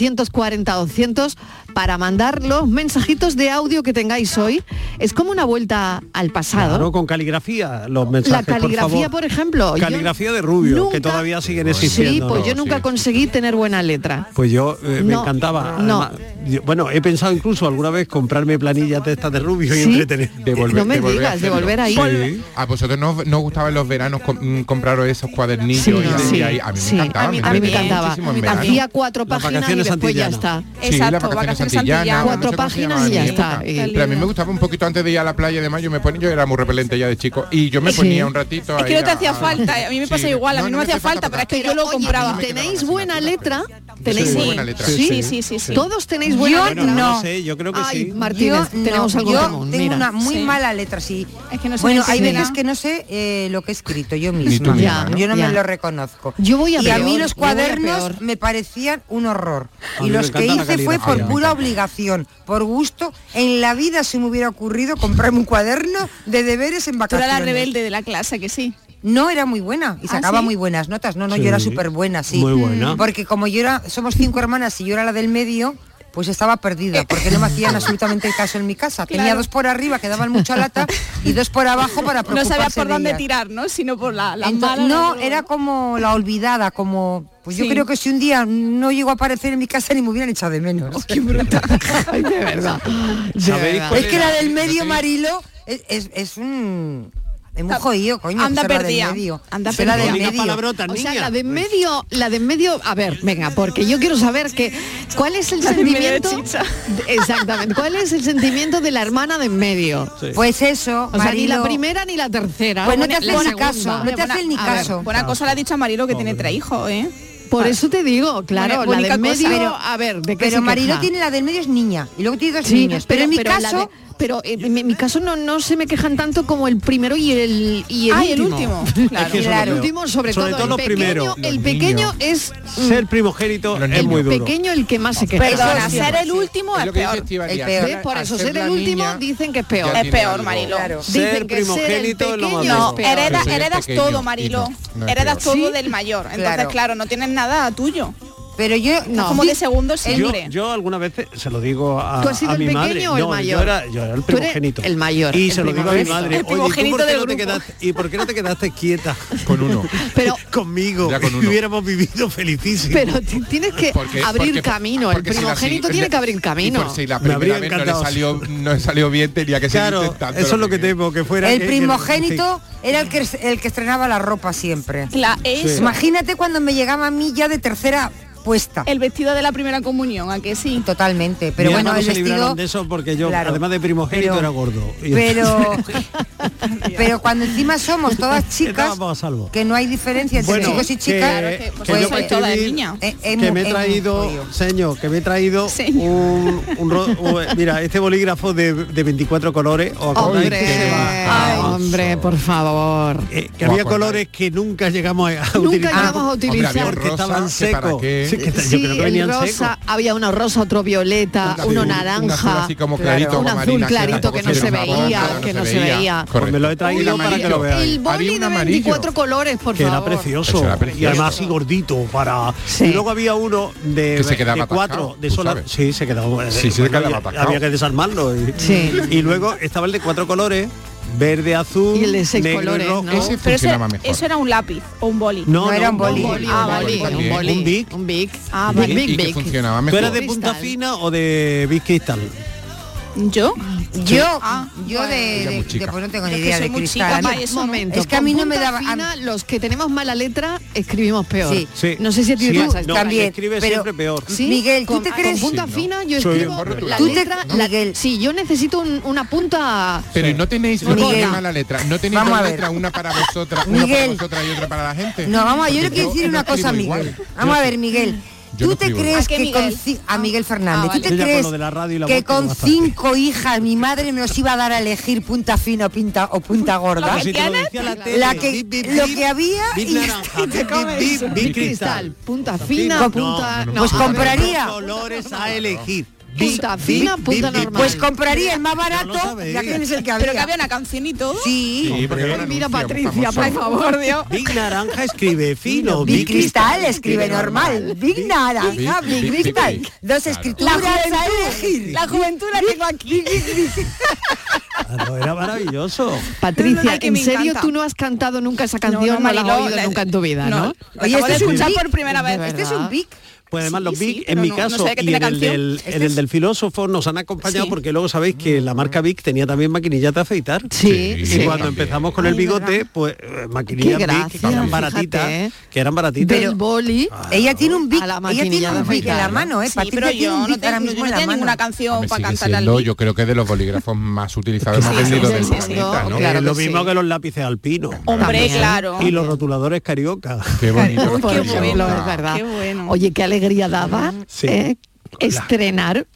[SPEAKER 5] 670-940-200 para mandar los mensajitos de audio que tengáis hoy. Es como una vuelta al pasado.
[SPEAKER 9] Claro, con caligrafía los mensajes.
[SPEAKER 5] La caligrafía,
[SPEAKER 9] por, favor.
[SPEAKER 5] por ejemplo. yo
[SPEAKER 9] Caligrafía de Rubio, que
[SPEAKER 5] nunca-
[SPEAKER 9] todavía siguen
[SPEAKER 5] Sí,
[SPEAKER 9] existiendo.
[SPEAKER 5] pues
[SPEAKER 9] ¿no?
[SPEAKER 5] yo nunca
[SPEAKER 10] sí.
[SPEAKER 5] conseguí tener buena letra.
[SPEAKER 9] Pues yo eh, me
[SPEAKER 5] No,
[SPEAKER 9] encantaba.
[SPEAKER 5] no.
[SPEAKER 9] Además, yo- bueno, he pensado incluso alguna vez comprarme planillas de estas de Rubio y
[SPEAKER 5] ¿Sí?
[SPEAKER 9] entretener.
[SPEAKER 10] De volver-
[SPEAKER 5] no me
[SPEAKER 10] de volver a
[SPEAKER 5] digas, de
[SPEAKER 10] hacerlo.
[SPEAKER 5] volver ahí.
[SPEAKER 9] Sí.
[SPEAKER 10] A vosotros no, os- no os gustaba en los veranos com- mm, compraros esos cuadernillos
[SPEAKER 5] Sí,
[SPEAKER 10] y
[SPEAKER 5] no,
[SPEAKER 10] así
[SPEAKER 5] sí,
[SPEAKER 10] ahí. A mí
[SPEAKER 5] sí.
[SPEAKER 10] me encantaba.
[SPEAKER 6] A mí-
[SPEAKER 10] me
[SPEAKER 5] A mí me
[SPEAKER 10] entretenía
[SPEAKER 5] encantaba.
[SPEAKER 10] muchísimo en verano.
[SPEAKER 5] Hacía cuatro
[SPEAKER 9] Las
[SPEAKER 5] páginas y
[SPEAKER 9] vacaciones
[SPEAKER 5] después ya está.
[SPEAKER 9] antillanas.
[SPEAKER 10] Sí, las
[SPEAKER 6] Exacto,
[SPEAKER 10] vacaciones
[SPEAKER 6] vacaciones
[SPEAKER 10] antillanas,
[SPEAKER 6] antillanas.
[SPEAKER 10] no sé cómo
[SPEAKER 5] Cuatro
[SPEAKER 10] se
[SPEAKER 5] páginas
[SPEAKER 10] llamaban
[SPEAKER 5] y ya
[SPEAKER 10] en
[SPEAKER 5] está.
[SPEAKER 10] época.
[SPEAKER 5] Y-
[SPEAKER 10] Pero a mí me gustaba un poquito antes de ir a la playa, además yo me ponía, yo era muy repelente ya de chico y yo me ponía un ratito
[SPEAKER 6] Es que
[SPEAKER 10] ahí
[SPEAKER 6] no te
[SPEAKER 10] a-
[SPEAKER 6] hacía
[SPEAKER 10] a-
[SPEAKER 6] falta, eh, a mí me
[SPEAKER 10] Sí.
[SPEAKER 6] pasa igual, a mí no me hacía falta, pero es que yo lo
[SPEAKER 5] oye,
[SPEAKER 6] compraba.
[SPEAKER 5] y tenéis buena letra, ¿Tenéis
[SPEAKER 10] Sí.
[SPEAKER 5] sí.
[SPEAKER 10] Muy buena letra.
[SPEAKER 5] Sí, sí, sí, ¿Todos tenéis buena
[SPEAKER 6] yo
[SPEAKER 5] letra?
[SPEAKER 6] No.
[SPEAKER 9] yo creo
[SPEAKER 5] que Ay, sí. Martínez,
[SPEAKER 6] Yo no,
[SPEAKER 5] tenemos algo en
[SPEAKER 6] yo
[SPEAKER 5] común,
[SPEAKER 6] tengo
[SPEAKER 5] mira.
[SPEAKER 6] una muy
[SPEAKER 5] Sí.
[SPEAKER 6] mala letra, sí.
[SPEAKER 5] Es que no se
[SPEAKER 6] bueno,
[SPEAKER 5] me
[SPEAKER 6] hay
[SPEAKER 5] enseña.
[SPEAKER 6] veces que no sé eh, lo que he escrito yo
[SPEAKER 5] Ni
[SPEAKER 6] misma.
[SPEAKER 5] tú misma, Ya, ¿no?
[SPEAKER 6] Yo no
[SPEAKER 5] ya.
[SPEAKER 6] me lo reconozco.
[SPEAKER 5] Yo voy a
[SPEAKER 6] y a
[SPEAKER 5] peor,
[SPEAKER 6] mí
[SPEAKER 5] yo voy
[SPEAKER 6] los
[SPEAKER 5] a
[SPEAKER 6] cuadernos
[SPEAKER 5] peor.
[SPEAKER 6] me parecían un horror.
[SPEAKER 5] A
[SPEAKER 6] Y
[SPEAKER 5] mí me
[SPEAKER 6] los que
[SPEAKER 5] encanta la
[SPEAKER 6] hice fue
[SPEAKER 5] caligrafía, a mí
[SPEAKER 6] por
[SPEAKER 5] me
[SPEAKER 6] pura obligación, por gusto. En la vida se me hubiera ocurrido comprarme un cuaderno de deberes en
[SPEAKER 11] Tú eras
[SPEAKER 6] vacaciones.
[SPEAKER 11] la rebelde de la clase, que sí.
[SPEAKER 6] No, era muy buena y
[SPEAKER 11] ¿Ah,
[SPEAKER 6] sacaba
[SPEAKER 11] sí?
[SPEAKER 6] muy buenas notas. No, no,
[SPEAKER 11] Sí.
[SPEAKER 6] yo era súper buena, sí. Mm.
[SPEAKER 11] Muy buena.
[SPEAKER 6] Porque como yo era, somos cinco hermanas y yo era la del medio, pues estaba perdida, porque no me hacían absolutamente caso en mi casa. Tenía
[SPEAKER 11] Claro.
[SPEAKER 6] dos por arriba que daban mucha lata y dos por abajo para
[SPEAKER 11] No
[SPEAKER 6] preocuparse
[SPEAKER 11] sabías por
[SPEAKER 6] de
[SPEAKER 11] dónde
[SPEAKER 6] ellas.
[SPEAKER 11] tirar, ¿no? Sino por la, la
[SPEAKER 6] Ento-
[SPEAKER 11] mala.
[SPEAKER 6] no, era como la olvidada, como... Pues yo
[SPEAKER 11] Sí.
[SPEAKER 6] creo que si un día no llego a aparecer en mi casa ni me hubieran echado de menos. ¡Qué bruta!
[SPEAKER 5] de verdad.
[SPEAKER 4] ¿Sabéis verdad. cuál
[SPEAKER 6] es que
[SPEAKER 4] era?
[SPEAKER 6] la del medio
[SPEAKER 4] ¿No tenéis?
[SPEAKER 6] Marilo es, es, es un... Es muy jodido, coño.
[SPEAKER 5] Anda
[SPEAKER 6] ser la del
[SPEAKER 5] perdida,
[SPEAKER 6] medio.
[SPEAKER 5] anda
[SPEAKER 6] Ser la del
[SPEAKER 5] perdida.
[SPEAKER 6] medio.
[SPEAKER 5] o sea, la de en medio, la de en medio, a ver, venga, porque yo quiero saber que cuál es el
[SPEAKER 6] La de en medio de
[SPEAKER 5] sentimiento Exactamente, ¿cuál es el sentimiento de la hermana de en medio?
[SPEAKER 6] Pues eso,
[SPEAKER 5] O sea, ni la
[SPEAKER 11] Marilo.
[SPEAKER 5] primera ni la tercera.
[SPEAKER 11] Pues no
[SPEAKER 5] Buena-
[SPEAKER 11] te haces
[SPEAKER 5] la
[SPEAKER 11] ni
[SPEAKER 5] segunda.
[SPEAKER 11] caso, no te haces ni
[SPEAKER 5] A ver,
[SPEAKER 11] caso. Buena cosa le ha dicho a Marilo que tiene tres hijos, ¿eh?
[SPEAKER 5] Por eso te digo, claro,
[SPEAKER 11] Buena-
[SPEAKER 5] la de en
[SPEAKER 11] bonita cosa.
[SPEAKER 5] medio,
[SPEAKER 11] Pero-
[SPEAKER 5] a ver, ¿de qué
[SPEAKER 6] pero
[SPEAKER 5] se
[SPEAKER 6] Marilo
[SPEAKER 5] queja?
[SPEAKER 6] tiene la del medio es niña y luego tiene dos
[SPEAKER 5] Sí,
[SPEAKER 6] niños. Pero, en mi
[SPEAKER 5] la
[SPEAKER 6] caso,
[SPEAKER 5] de- pero eh, en mi, mi caso no, no se me quejan tanto como el primero y el, y el
[SPEAKER 11] Ah, y el
[SPEAKER 5] último.
[SPEAKER 11] último, claro. Es que eso es lo
[SPEAKER 5] El
[SPEAKER 11] peor.
[SPEAKER 5] último, sobre,
[SPEAKER 9] Sobre todo
[SPEAKER 5] el
[SPEAKER 9] los
[SPEAKER 5] pequeño,
[SPEAKER 9] primeros.
[SPEAKER 5] El
[SPEAKER 9] Los
[SPEAKER 5] pequeño
[SPEAKER 9] niños. Mm.
[SPEAKER 5] es
[SPEAKER 9] Ser primogénito es
[SPEAKER 5] el
[SPEAKER 9] muy duro.
[SPEAKER 5] pequeño el que más se queja.
[SPEAKER 11] Perdona, ser el último
[SPEAKER 5] Es
[SPEAKER 11] es,
[SPEAKER 5] lo que dice
[SPEAKER 11] peor.
[SPEAKER 5] Estíbaliz, El peor. al-
[SPEAKER 11] Por
[SPEAKER 5] al
[SPEAKER 11] eso
[SPEAKER 5] ser
[SPEAKER 11] ser
[SPEAKER 5] la
[SPEAKER 11] el último
[SPEAKER 5] niña,
[SPEAKER 11] dicen que es
[SPEAKER 5] ya
[SPEAKER 11] peor. Es
[SPEAKER 5] tiene
[SPEAKER 11] peor,
[SPEAKER 5] algo.
[SPEAKER 11] Marilo.
[SPEAKER 5] Claro.
[SPEAKER 11] Dicen
[SPEAKER 5] Ser
[SPEAKER 11] que ser el
[SPEAKER 5] primogénito es lo más
[SPEAKER 11] pequeño-
[SPEAKER 5] duro.
[SPEAKER 11] No, hereda-
[SPEAKER 5] Sí, sí.
[SPEAKER 11] heredas
[SPEAKER 5] Pequeño
[SPEAKER 11] todo,
[SPEAKER 5] y
[SPEAKER 11] Marilo.
[SPEAKER 5] no, no es
[SPEAKER 11] heredas
[SPEAKER 5] peor.
[SPEAKER 11] todo
[SPEAKER 5] ¿Sí?
[SPEAKER 11] del mayor. Entonces,
[SPEAKER 5] Claro.
[SPEAKER 11] claro. no tienes nada tuyo.
[SPEAKER 6] Pero yo
[SPEAKER 11] no. como de segundo
[SPEAKER 9] Yo,
[SPEAKER 11] siempre.
[SPEAKER 9] yo algunas veces se lo digo a,
[SPEAKER 11] ¿Tú has sido
[SPEAKER 9] a
[SPEAKER 11] el
[SPEAKER 9] mi madre.
[SPEAKER 11] pequeño o el
[SPEAKER 9] No,
[SPEAKER 11] mayor?
[SPEAKER 9] Yo era, yo era el
[SPEAKER 11] Tú eres
[SPEAKER 9] primogénito.
[SPEAKER 5] el mayor,
[SPEAKER 9] Y
[SPEAKER 5] el
[SPEAKER 9] se lo digo a mi
[SPEAKER 5] primogénito.
[SPEAKER 9] madre.
[SPEAKER 5] El
[SPEAKER 9] Oye, ¿y tú por
[SPEAKER 5] primogénito
[SPEAKER 9] qué
[SPEAKER 5] del
[SPEAKER 9] no te
[SPEAKER 5] grupo".
[SPEAKER 9] quedaste- ¿Y por qué no te quedaste quieta?
[SPEAKER 10] Con uno.
[SPEAKER 5] Pero,
[SPEAKER 9] Conmigo. Hubiéramos vivido felicísimos.
[SPEAKER 5] pero ti- tienes que
[SPEAKER 9] Porque-
[SPEAKER 5] abrir
[SPEAKER 9] porque-
[SPEAKER 5] camino. El
[SPEAKER 9] porque si la
[SPEAKER 5] primogénito
[SPEAKER 9] sig-
[SPEAKER 5] tiene que abrir
[SPEAKER 10] Y
[SPEAKER 5] camino.
[SPEAKER 10] por si la
[SPEAKER 9] Me habría
[SPEAKER 10] primera vez no le
[SPEAKER 9] encantado.
[SPEAKER 10] salió, no le salió bien, tenía que seguir
[SPEAKER 9] Claro,
[SPEAKER 10] intentando
[SPEAKER 9] eso es lo que
[SPEAKER 10] primera.
[SPEAKER 9] temo, que fuera
[SPEAKER 6] el primogénito era el que el que estrenaba la ropa siempre.
[SPEAKER 11] La- eso.
[SPEAKER 6] Imagínate cuando me llegaba a mí ya de tercera puesta.
[SPEAKER 11] El vestido de la primera comunión, ¿a que sí?
[SPEAKER 6] Totalmente, pero
[SPEAKER 9] Mi
[SPEAKER 6] bueno,
[SPEAKER 9] hermano
[SPEAKER 6] el
[SPEAKER 9] se libraron
[SPEAKER 6] vestido
[SPEAKER 9] de eso porque yo,
[SPEAKER 6] Claro.
[SPEAKER 9] además de primogénito,
[SPEAKER 6] Pero-
[SPEAKER 9] era gordo. Y-
[SPEAKER 6] pero pero cuando encima somos todas chicas
[SPEAKER 9] Estábamos a salvo.
[SPEAKER 6] que no hay diferencia entre
[SPEAKER 9] Bueno,
[SPEAKER 6] chicos y
[SPEAKER 9] que-
[SPEAKER 6] chicas,
[SPEAKER 9] Claro, que- pues que yo soy toda escribí- niña.
[SPEAKER 6] Eh, eh,
[SPEAKER 9] que me he
[SPEAKER 6] eh,
[SPEAKER 9] traído, señor, que me he traído un, un ro- un- mira, este bolígrafo de, de 24 colores. ¿os acordáis
[SPEAKER 5] Hombre,
[SPEAKER 9] que-
[SPEAKER 5] ay, hombre, por favor.
[SPEAKER 9] eh, que había colores que nunca llegamos a, a
[SPEAKER 5] Nunca
[SPEAKER 9] utilizar.
[SPEAKER 5] llegamos a utilizar. Hombre, había un
[SPEAKER 9] porque
[SPEAKER 5] rosa,
[SPEAKER 9] estaban
[SPEAKER 5] que para
[SPEAKER 9] secos.
[SPEAKER 10] qué.
[SPEAKER 9] Sí, que está-
[SPEAKER 5] Sí,
[SPEAKER 9] yo creo que
[SPEAKER 5] el
[SPEAKER 9] venían
[SPEAKER 5] rosa,
[SPEAKER 9] secos.
[SPEAKER 5] había uno rosa, otro violeta,
[SPEAKER 9] Un azul,
[SPEAKER 5] uno
[SPEAKER 9] un
[SPEAKER 5] naranja,
[SPEAKER 9] azul así como clarito,
[SPEAKER 5] un
[SPEAKER 9] aguamarina,
[SPEAKER 5] azul
[SPEAKER 9] que
[SPEAKER 5] clarito
[SPEAKER 9] tampoco
[SPEAKER 5] que no se
[SPEAKER 9] se veía,
[SPEAKER 5] veía,
[SPEAKER 9] claro, no
[SPEAKER 5] que
[SPEAKER 9] se
[SPEAKER 5] no se
[SPEAKER 9] veía.
[SPEAKER 5] veía.
[SPEAKER 9] Pues me lo he traído para que lo veáis.
[SPEAKER 5] El boli de 24 colores, por
[SPEAKER 9] que era
[SPEAKER 5] favor.
[SPEAKER 9] precioso, y además así gordito para y luego había uno de,
[SPEAKER 10] Que se quedaba
[SPEAKER 9] de cuatro
[SPEAKER 10] atascado,
[SPEAKER 9] de
[SPEAKER 10] tú
[SPEAKER 9] sola
[SPEAKER 10] sabes.
[SPEAKER 9] sí se quedaba
[SPEAKER 10] Sí, se quedaba
[SPEAKER 9] ya-
[SPEAKER 10] atascado.
[SPEAKER 9] había que desarmarlo y,
[SPEAKER 10] Sí.
[SPEAKER 9] y luego estaba el de cuatro colores verde azul
[SPEAKER 11] Y el de seis
[SPEAKER 9] negro y
[SPEAKER 11] colores,
[SPEAKER 9] rojo.
[SPEAKER 11] ¿no? Pero ese, eso era un lápiz o un boli.
[SPEAKER 9] No, No, era no, un boli.
[SPEAKER 11] Un Ah, vale.
[SPEAKER 9] Un boli. Un Bic.
[SPEAKER 5] Un Bic.
[SPEAKER 11] Ah,
[SPEAKER 9] Y-
[SPEAKER 11] vale.
[SPEAKER 9] y que funcionaba
[SPEAKER 11] mejor.
[SPEAKER 9] ¿Tú eras de punta
[SPEAKER 11] Cristal.
[SPEAKER 9] fina o de Big Crystal?
[SPEAKER 11] ¿Yo?
[SPEAKER 6] Yo,
[SPEAKER 11] Ah,
[SPEAKER 6] yo de,
[SPEAKER 9] Ella muy
[SPEAKER 6] de-
[SPEAKER 9] chica.
[SPEAKER 6] de- pues no tengo
[SPEAKER 5] Es
[SPEAKER 6] ni
[SPEAKER 5] que
[SPEAKER 6] idea
[SPEAKER 5] soy
[SPEAKER 6] de
[SPEAKER 5] muy
[SPEAKER 6] cristal.
[SPEAKER 5] chica
[SPEAKER 6] A mí-
[SPEAKER 5] para eso. momento.
[SPEAKER 6] Es que a mí no me daba. a-
[SPEAKER 5] Fina, los que tenemos mala letra escribimos peor.
[SPEAKER 6] Sí. Sí.
[SPEAKER 5] No sé si a ti
[SPEAKER 6] Sí,
[SPEAKER 5] te pasa
[SPEAKER 6] no, también, Escribe pero-
[SPEAKER 9] siempre peor.
[SPEAKER 5] Sí,
[SPEAKER 6] Miguel, ¿tú
[SPEAKER 5] con-
[SPEAKER 6] te crees?
[SPEAKER 5] Con punta
[SPEAKER 6] Sí, ¿no?
[SPEAKER 5] fina yo
[SPEAKER 10] Soy
[SPEAKER 5] escribo
[SPEAKER 10] mejor
[SPEAKER 5] la
[SPEAKER 10] tú te-
[SPEAKER 5] letra. la- sí, yo necesito un- una punta.
[SPEAKER 10] Pero ¿y no tenéis una
[SPEAKER 5] Miguel.
[SPEAKER 10] mala letra, no tenéis
[SPEAKER 5] Vamos
[SPEAKER 10] dos
[SPEAKER 5] a ver.
[SPEAKER 10] letras, una para vosotras, una para
[SPEAKER 6] Miguel.
[SPEAKER 10] vosotras y otra para la gente.
[SPEAKER 6] No, vamos, yo
[SPEAKER 10] Porque
[SPEAKER 6] le quiero decir
[SPEAKER 10] no
[SPEAKER 6] una cosa,
[SPEAKER 10] escribo
[SPEAKER 6] Miguel.
[SPEAKER 10] igual.
[SPEAKER 6] Vamos
[SPEAKER 10] Yo-
[SPEAKER 6] a ver, Miguel.
[SPEAKER 10] yo
[SPEAKER 6] ¿Tú
[SPEAKER 10] no
[SPEAKER 6] te
[SPEAKER 10] escribo
[SPEAKER 6] crees
[SPEAKER 10] igual.
[SPEAKER 6] que con ci- a Miguel Fernández,
[SPEAKER 9] Ah,
[SPEAKER 6] ¿tú
[SPEAKER 9] vale.
[SPEAKER 6] te
[SPEAKER 9] Yo ya con
[SPEAKER 6] crees
[SPEAKER 9] lo de la radio y la
[SPEAKER 6] que
[SPEAKER 9] voz tengo
[SPEAKER 6] con
[SPEAKER 9] bastante.
[SPEAKER 6] cinco hijas mi madre nos iba a dar a elegir punta fina o pinta o punta gorda?
[SPEAKER 9] Lo que Si te lo tienes, decía la tele.
[SPEAKER 6] La que-
[SPEAKER 9] Bip, bip,
[SPEAKER 6] lo
[SPEAKER 9] bip,
[SPEAKER 6] que había
[SPEAKER 9] bip
[SPEAKER 6] y este
[SPEAKER 9] naranja,
[SPEAKER 6] y te
[SPEAKER 9] bip,
[SPEAKER 6] comes
[SPEAKER 9] bip,
[SPEAKER 6] eso.
[SPEAKER 9] bip cristal.
[SPEAKER 5] Punta fina,
[SPEAKER 6] No,
[SPEAKER 5] punta.
[SPEAKER 6] no,
[SPEAKER 5] no,
[SPEAKER 6] pues
[SPEAKER 5] a ver,
[SPEAKER 6] compraría.
[SPEAKER 9] colores a elegir.
[SPEAKER 5] Punta fina, punta normal.
[SPEAKER 6] Pues compraría el más barato,
[SPEAKER 9] sabéis.
[SPEAKER 6] ya que es el que había.
[SPEAKER 11] Pero que había una canción y todo.
[SPEAKER 6] Sí.
[SPEAKER 9] Sí, porque era
[SPEAKER 11] Mira,
[SPEAKER 9] un
[SPEAKER 11] Patricia,
[SPEAKER 9] famoso.
[SPEAKER 11] por favor, Dios.
[SPEAKER 9] Big naranja escribe fino,
[SPEAKER 6] Big Cristal escribe normal. Big Naranja,
[SPEAKER 9] Big-
[SPEAKER 6] Big
[SPEAKER 9] Big- Big-
[SPEAKER 6] Cristal.
[SPEAKER 9] Big.
[SPEAKER 6] Dos
[SPEAKER 11] La
[SPEAKER 6] escrituras a
[SPEAKER 11] juventud,
[SPEAKER 6] elegir.
[SPEAKER 11] la juventud la tengo aquí.
[SPEAKER 9] Claro, era maravilloso.
[SPEAKER 5] Patricia,
[SPEAKER 11] No, no, no, que
[SPEAKER 5] ¿en
[SPEAKER 11] me
[SPEAKER 5] serio
[SPEAKER 11] encanta.
[SPEAKER 5] tú no has cantado nunca esa canción? No,
[SPEAKER 11] No, no,
[SPEAKER 5] la has
[SPEAKER 11] Mariló,
[SPEAKER 5] oído
[SPEAKER 11] la-
[SPEAKER 5] nunca en tu vida, ¿no?
[SPEAKER 11] no. Lo
[SPEAKER 9] este
[SPEAKER 11] acabo de escuchar por primera vez. Este es un
[SPEAKER 5] big.
[SPEAKER 9] Pues además los Big, en
[SPEAKER 11] pero
[SPEAKER 9] mi
[SPEAKER 11] no- no
[SPEAKER 9] caso,
[SPEAKER 11] sabía que
[SPEAKER 9] y
[SPEAKER 11] tenía
[SPEAKER 9] en el,
[SPEAKER 11] canción.
[SPEAKER 9] del, en el del filósofo nos han acompañado
[SPEAKER 11] Este Sí.
[SPEAKER 9] porque luego sabéis que la marca Big tenía también maquinilla de afeitar.
[SPEAKER 5] Sí,
[SPEAKER 9] Y
[SPEAKER 5] sí.
[SPEAKER 9] cuando
[SPEAKER 5] También.
[SPEAKER 9] empezamos con el
[SPEAKER 5] Ay,
[SPEAKER 9] bigote,
[SPEAKER 5] verdad.
[SPEAKER 9] pues eh, maquinillas
[SPEAKER 5] Qué
[SPEAKER 9] Big, que
[SPEAKER 5] gracia,
[SPEAKER 9] eran baratitas,
[SPEAKER 5] fíjate, ¿eh?
[SPEAKER 9] que eran baratitas.
[SPEAKER 5] Del boli.
[SPEAKER 6] Ella tiene un Big,
[SPEAKER 5] A la
[SPEAKER 6] ella
[SPEAKER 5] maquinilla
[SPEAKER 6] tiene
[SPEAKER 5] de
[SPEAKER 6] un Big en la
[SPEAKER 5] afeitar, ¿no?
[SPEAKER 6] mano, ¿eh?
[SPEAKER 11] Sí,
[SPEAKER 6] Patricia
[SPEAKER 11] pero
[SPEAKER 6] tiene
[SPEAKER 11] yo
[SPEAKER 6] un
[SPEAKER 11] no
[SPEAKER 6] Big ahora
[SPEAKER 11] tengo, yo
[SPEAKER 6] mismo en
[SPEAKER 11] no
[SPEAKER 6] la
[SPEAKER 11] tengo
[SPEAKER 6] mano.
[SPEAKER 11] ninguna canción para
[SPEAKER 10] Sigue
[SPEAKER 11] cantar al
[SPEAKER 10] siendo, yo creo que de los bolígrafos más utilizados, más
[SPEAKER 9] Sí, sí,
[SPEAKER 10] vendidos
[SPEAKER 9] sí,
[SPEAKER 10] del
[SPEAKER 9] sí,
[SPEAKER 10] planeta, ¿no?
[SPEAKER 9] Eh, lo mismo que los lápices alpinos.
[SPEAKER 11] Hombre, También. claro.
[SPEAKER 9] Y los rotuladores carioca.
[SPEAKER 10] Qué bonito.
[SPEAKER 5] Por ejemplo, es verdad. Oye, qué alegría daba
[SPEAKER 9] Sí.
[SPEAKER 5] eh, estrenar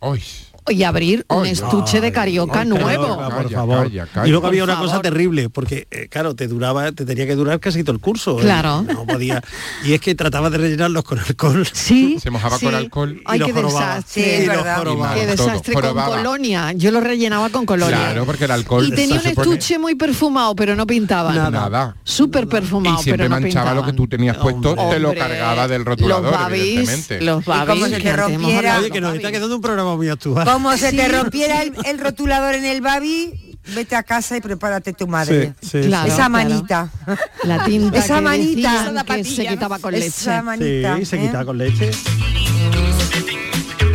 [SPEAKER 5] y abrir un estuche de carioca
[SPEAKER 9] Ay,
[SPEAKER 5] nuevo.
[SPEAKER 9] carioca, por favor.
[SPEAKER 10] calla, calla.
[SPEAKER 9] Y luego había
[SPEAKER 10] Por
[SPEAKER 9] una cosa terrible, porque eh, claro, te duraba, te tenía que durar casi todo el curso. ¿eh?
[SPEAKER 5] Claro.
[SPEAKER 9] No podía. Y es que trataba de rellenarlos con alcohol.
[SPEAKER 5] Sí.
[SPEAKER 10] Se mojaba
[SPEAKER 5] sí.
[SPEAKER 10] con alcohol.
[SPEAKER 5] Ay, qué
[SPEAKER 10] Y
[SPEAKER 5] desastre.
[SPEAKER 10] los jorobaba.
[SPEAKER 5] Qué
[SPEAKER 10] Todo,
[SPEAKER 5] desastre con
[SPEAKER 10] jorobaba.
[SPEAKER 5] colonia. Yo lo rellenaba con colonia.
[SPEAKER 10] Claro, porque el alcohol
[SPEAKER 5] y tenía un
[SPEAKER 10] se supone-
[SPEAKER 5] estuche muy perfumado, pero no pintaba.
[SPEAKER 10] Nada. Nada.
[SPEAKER 5] Súper perfumado,
[SPEAKER 10] y siempre
[SPEAKER 5] pero no
[SPEAKER 10] manchaba
[SPEAKER 5] pintaban.
[SPEAKER 10] lo que tú tenías puesto, te lo cargaba del rotulador,
[SPEAKER 5] los babis,
[SPEAKER 10] evidentemente.
[SPEAKER 5] los babis,
[SPEAKER 6] como se te
[SPEAKER 5] fíjate, hemos
[SPEAKER 6] rompiera-
[SPEAKER 5] hablado-
[SPEAKER 9] Oye, que nos está quedando un programa muy actual.
[SPEAKER 6] Como se te
[SPEAKER 5] Sí.
[SPEAKER 6] rompiera el, el rotulador en el babi, vete a casa y prepárate tu madre.
[SPEAKER 9] Sí, sí, sí. Claro,
[SPEAKER 6] Esa
[SPEAKER 9] claro.
[SPEAKER 6] manita.
[SPEAKER 5] La tinta
[SPEAKER 6] Esa
[SPEAKER 5] que
[SPEAKER 6] manita.
[SPEAKER 5] decían que se quitaba con leche.
[SPEAKER 6] Esa manita.
[SPEAKER 9] Sí, se
[SPEAKER 6] ¿eh?
[SPEAKER 9] quitaba con leche.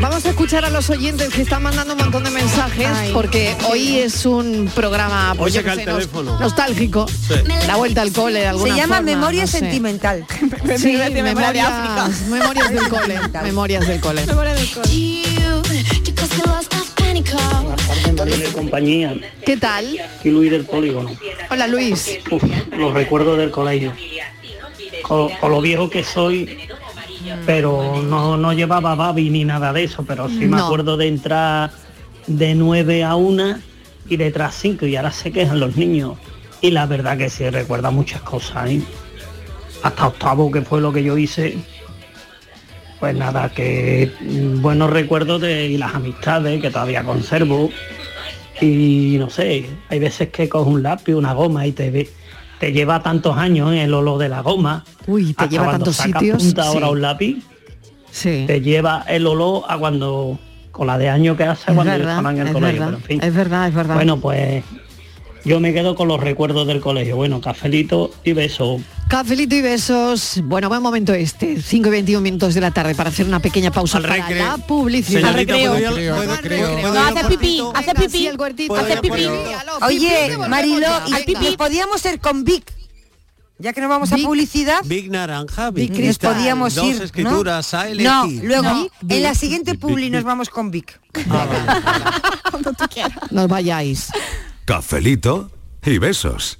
[SPEAKER 5] Vamos a escuchar a los oyentes que están mandando un montón de mensajes
[SPEAKER 11] Ay.
[SPEAKER 5] porque hoy es un programa pues,
[SPEAKER 9] Hoy
[SPEAKER 5] yo
[SPEAKER 9] llega
[SPEAKER 5] qué
[SPEAKER 9] el
[SPEAKER 5] nos-
[SPEAKER 9] teléfono.
[SPEAKER 5] nostálgico. La vuelta al cole de alguna
[SPEAKER 6] Se llama
[SPEAKER 5] forma,
[SPEAKER 6] memoria
[SPEAKER 5] no sé.
[SPEAKER 6] sentimental.
[SPEAKER 5] Sí,
[SPEAKER 11] Memoria de
[SPEAKER 5] memorias,
[SPEAKER 11] África.
[SPEAKER 5] memorias del cole, memorias del cole.
[SPEAKER 12] María y compañía,
[SPEAKER 5] ¿Qué tal?
[SPEAKER 12] y Luis del polígono.
[SPEAKER 5] Hola Luis.
[SPEAKER 12] Uf, los recuerdos del colegio. O, o lo viejo que soy, pero no, no llevaba babi ni nada de eso, pero sí me
[SPEAKER 5] No.
[SPEAKER 12] acuerdo de entrar de 9 a 1 y detrás 5 y ahora se quejan los niños. Y la verdad que sí recuerda muchas cosas, ¿eh? Hasta octavo que fue lo que yo hice. Pues nada, que mm, buenos recuerdos de y las amistades que todavía conservo. Y no sé, hay veces que coges un lápiz, una goma y te ve- te lleva tantos años el olor de la goma.
[SPEAKER 5] Uy, te
[SPEAKER 12] Hasta
[SPEAKER 5] lleva a
[SPEAKER 12] cuando
[SPEAKER 5] tantos
[SPEAKER 12] sacas
[SPEAKER 5] sitios.
[SPEAKER 12] punta
[SPEAKER 5] Sí.
[SPEAKER 12] ahora un lápiz,
[SPEAKER 5] Sí.
[SPEAKER 12] te lleva el olor a cuando con la de año que hace
[SPEAKER 5] Es
[SPEAKER 12] cuando yo
[SPEAKER 5] verdad,
[SPEAKER 12] estaba en el
[SPEAKER 5] es
[SPEAKER 12] colegio.
[SPEAKER 5] verdad,
[SPEAKER 12] pero en fin.
[SPEAKER 5] es verdad, es verdad.
[SPEAKER 12] Bueno, pues yo me quedo con los recuerdos del colegio. Bueno, cafelito y beso.
[SPEAKER 5] Cafelito y besos. Bueno, buen momento este. 5 y 21 minutos de la tarde para hacer una pequeña pausa
[SPEAKER 9] Al
[SPEAKER 5] para
[SPEAKER 9] recreo.
[SPEAKER 5] la publicidad.
[SPEAKER 9] Señorita, ¿puedo ir al-
[SPEAKER 10] Creo,
[SPEAKER 9] puedo-
[SPEAKER 10] no creo.
[SPEAKER 9] puedo ir
[SPEAKER 11] No,
[SPEAKER 9] al
[SPEAKER 11] hace pipí,
[SPEAKER 9] cuartito?
[SPEAKER 11] hace
[SPEAKER 5] Sí,
[SPEAKER 11] pipí.
[SPEAKER 5] el huertito.
[SPEAKER 9] Hace
[SPEAKER 5] Venga,
[SPEAKER 9] pipí.
[SPEAKER 5] venga, los pipí,
[SPEAKER 6] Oye,
[SPEAKER 5] volvemos
[SPEAKER 6] Marilo,
[SPEAKER 5] ya.
[SPEAKER 6] y,
[SPEAKER 5] Venga.
[SPEAKER 6] y podíamos ser con Vic. Ya que nos vamos
[SPEAKER 5] Vic.
[SPEAKER 6] a publicidad,
[SPEAKER 9] Big Naranja,
[SPEAKER 5] Big
[SPEAKER 9] Big
[SPEAKER 6] nos
[SPEAKER 5] Cristal,
[SPEAKER 6] podíamos
[SPEAKER 9] dos
[SPEAKER 6] ir. ¿no?
[SPEAKER 9] escrituras, Silent
[SPEAKER 6] No,
[SPEAKER 9] Hill.
[SPEAKER 6] luego,
[SPEAKER 5] No, Vic.
[SPEAKER 6] en la siguiente publi nos vamos con Vic.
[SPEAKER 5] No os vayáis.
[SPEAKER 2] Cafelito y besos.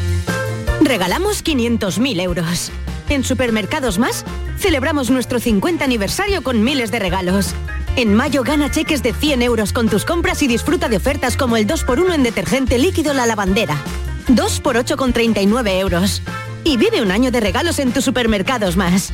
[SPEAKER 13] Regalamos 500.000 euros. En Supermercados Más celebramos nuestro 50 aniversario con miles de regalos. En mayo gana cheques de 100 euros con tus compras y disfruta de ofertas como el 2x1 en detergente líquido La Lavandera. 2x8 con 39 euros. Y vive un año de regalos en tus Supermercados Más.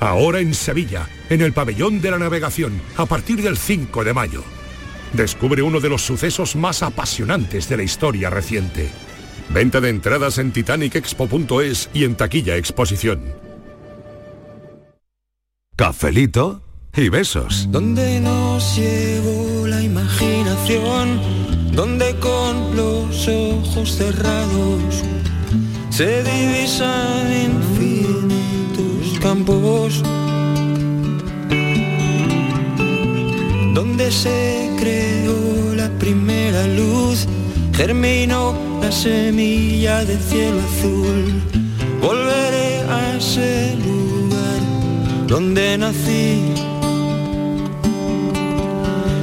[SPEAKER 14] Ahora en Sevilla, en el Pabellón de la Navegación, a partir del 5 de mayo. Descubre uno de los sucesos más apasionantes de la historia reciente. Venta de entradas en titanicexpo.es y en taquilla exposición.
[SPEAKER 3] Cafelito y besos.
[SPEAKER 15] Donde nos llevó la imaginación, donde con los ojos cerrados se divisan infinitos campos, donde se creó la primera luz, germinó la semilla del cielo azul. Volveré a ese lugar donde nací.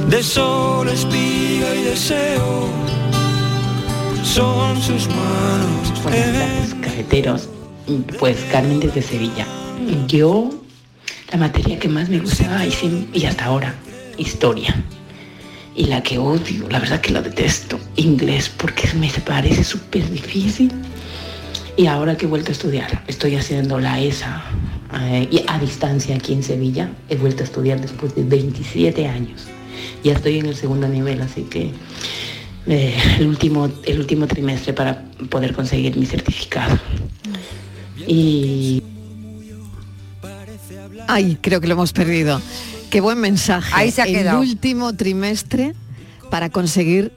[SPEAKER 15] De sol, espiga y deseo son sus manos. Eh.
[SPEAKER 16] Buenas tardes, cafeteros. Pues Carmen desde Sevilla. Yo, la materia que más me gustaba y, sin- y hasta ahora, historia. Y la que odio, la verdad que la detesto, inglés, porque me parece súper difícil. Y ahora que he vuelto a estudiar, estoy haciendo la ESA eh, y a distancia aquí en Sevilla. He vuelto a estudiar después de 27 años. Ya estoy en el segundo nivel, así que eh, el, último, el último trimestre para poder conseguir mi certificado. Y
[SPEAKER 5] Ay, creo que lo hemos perdido. Qué buen mensaje.
[SPEAKER 6] Ahí se ha
[SPEAKER 5] el
[SPEAKER 6] quedado.
[SPEAKER 5] último trimestre para conseguir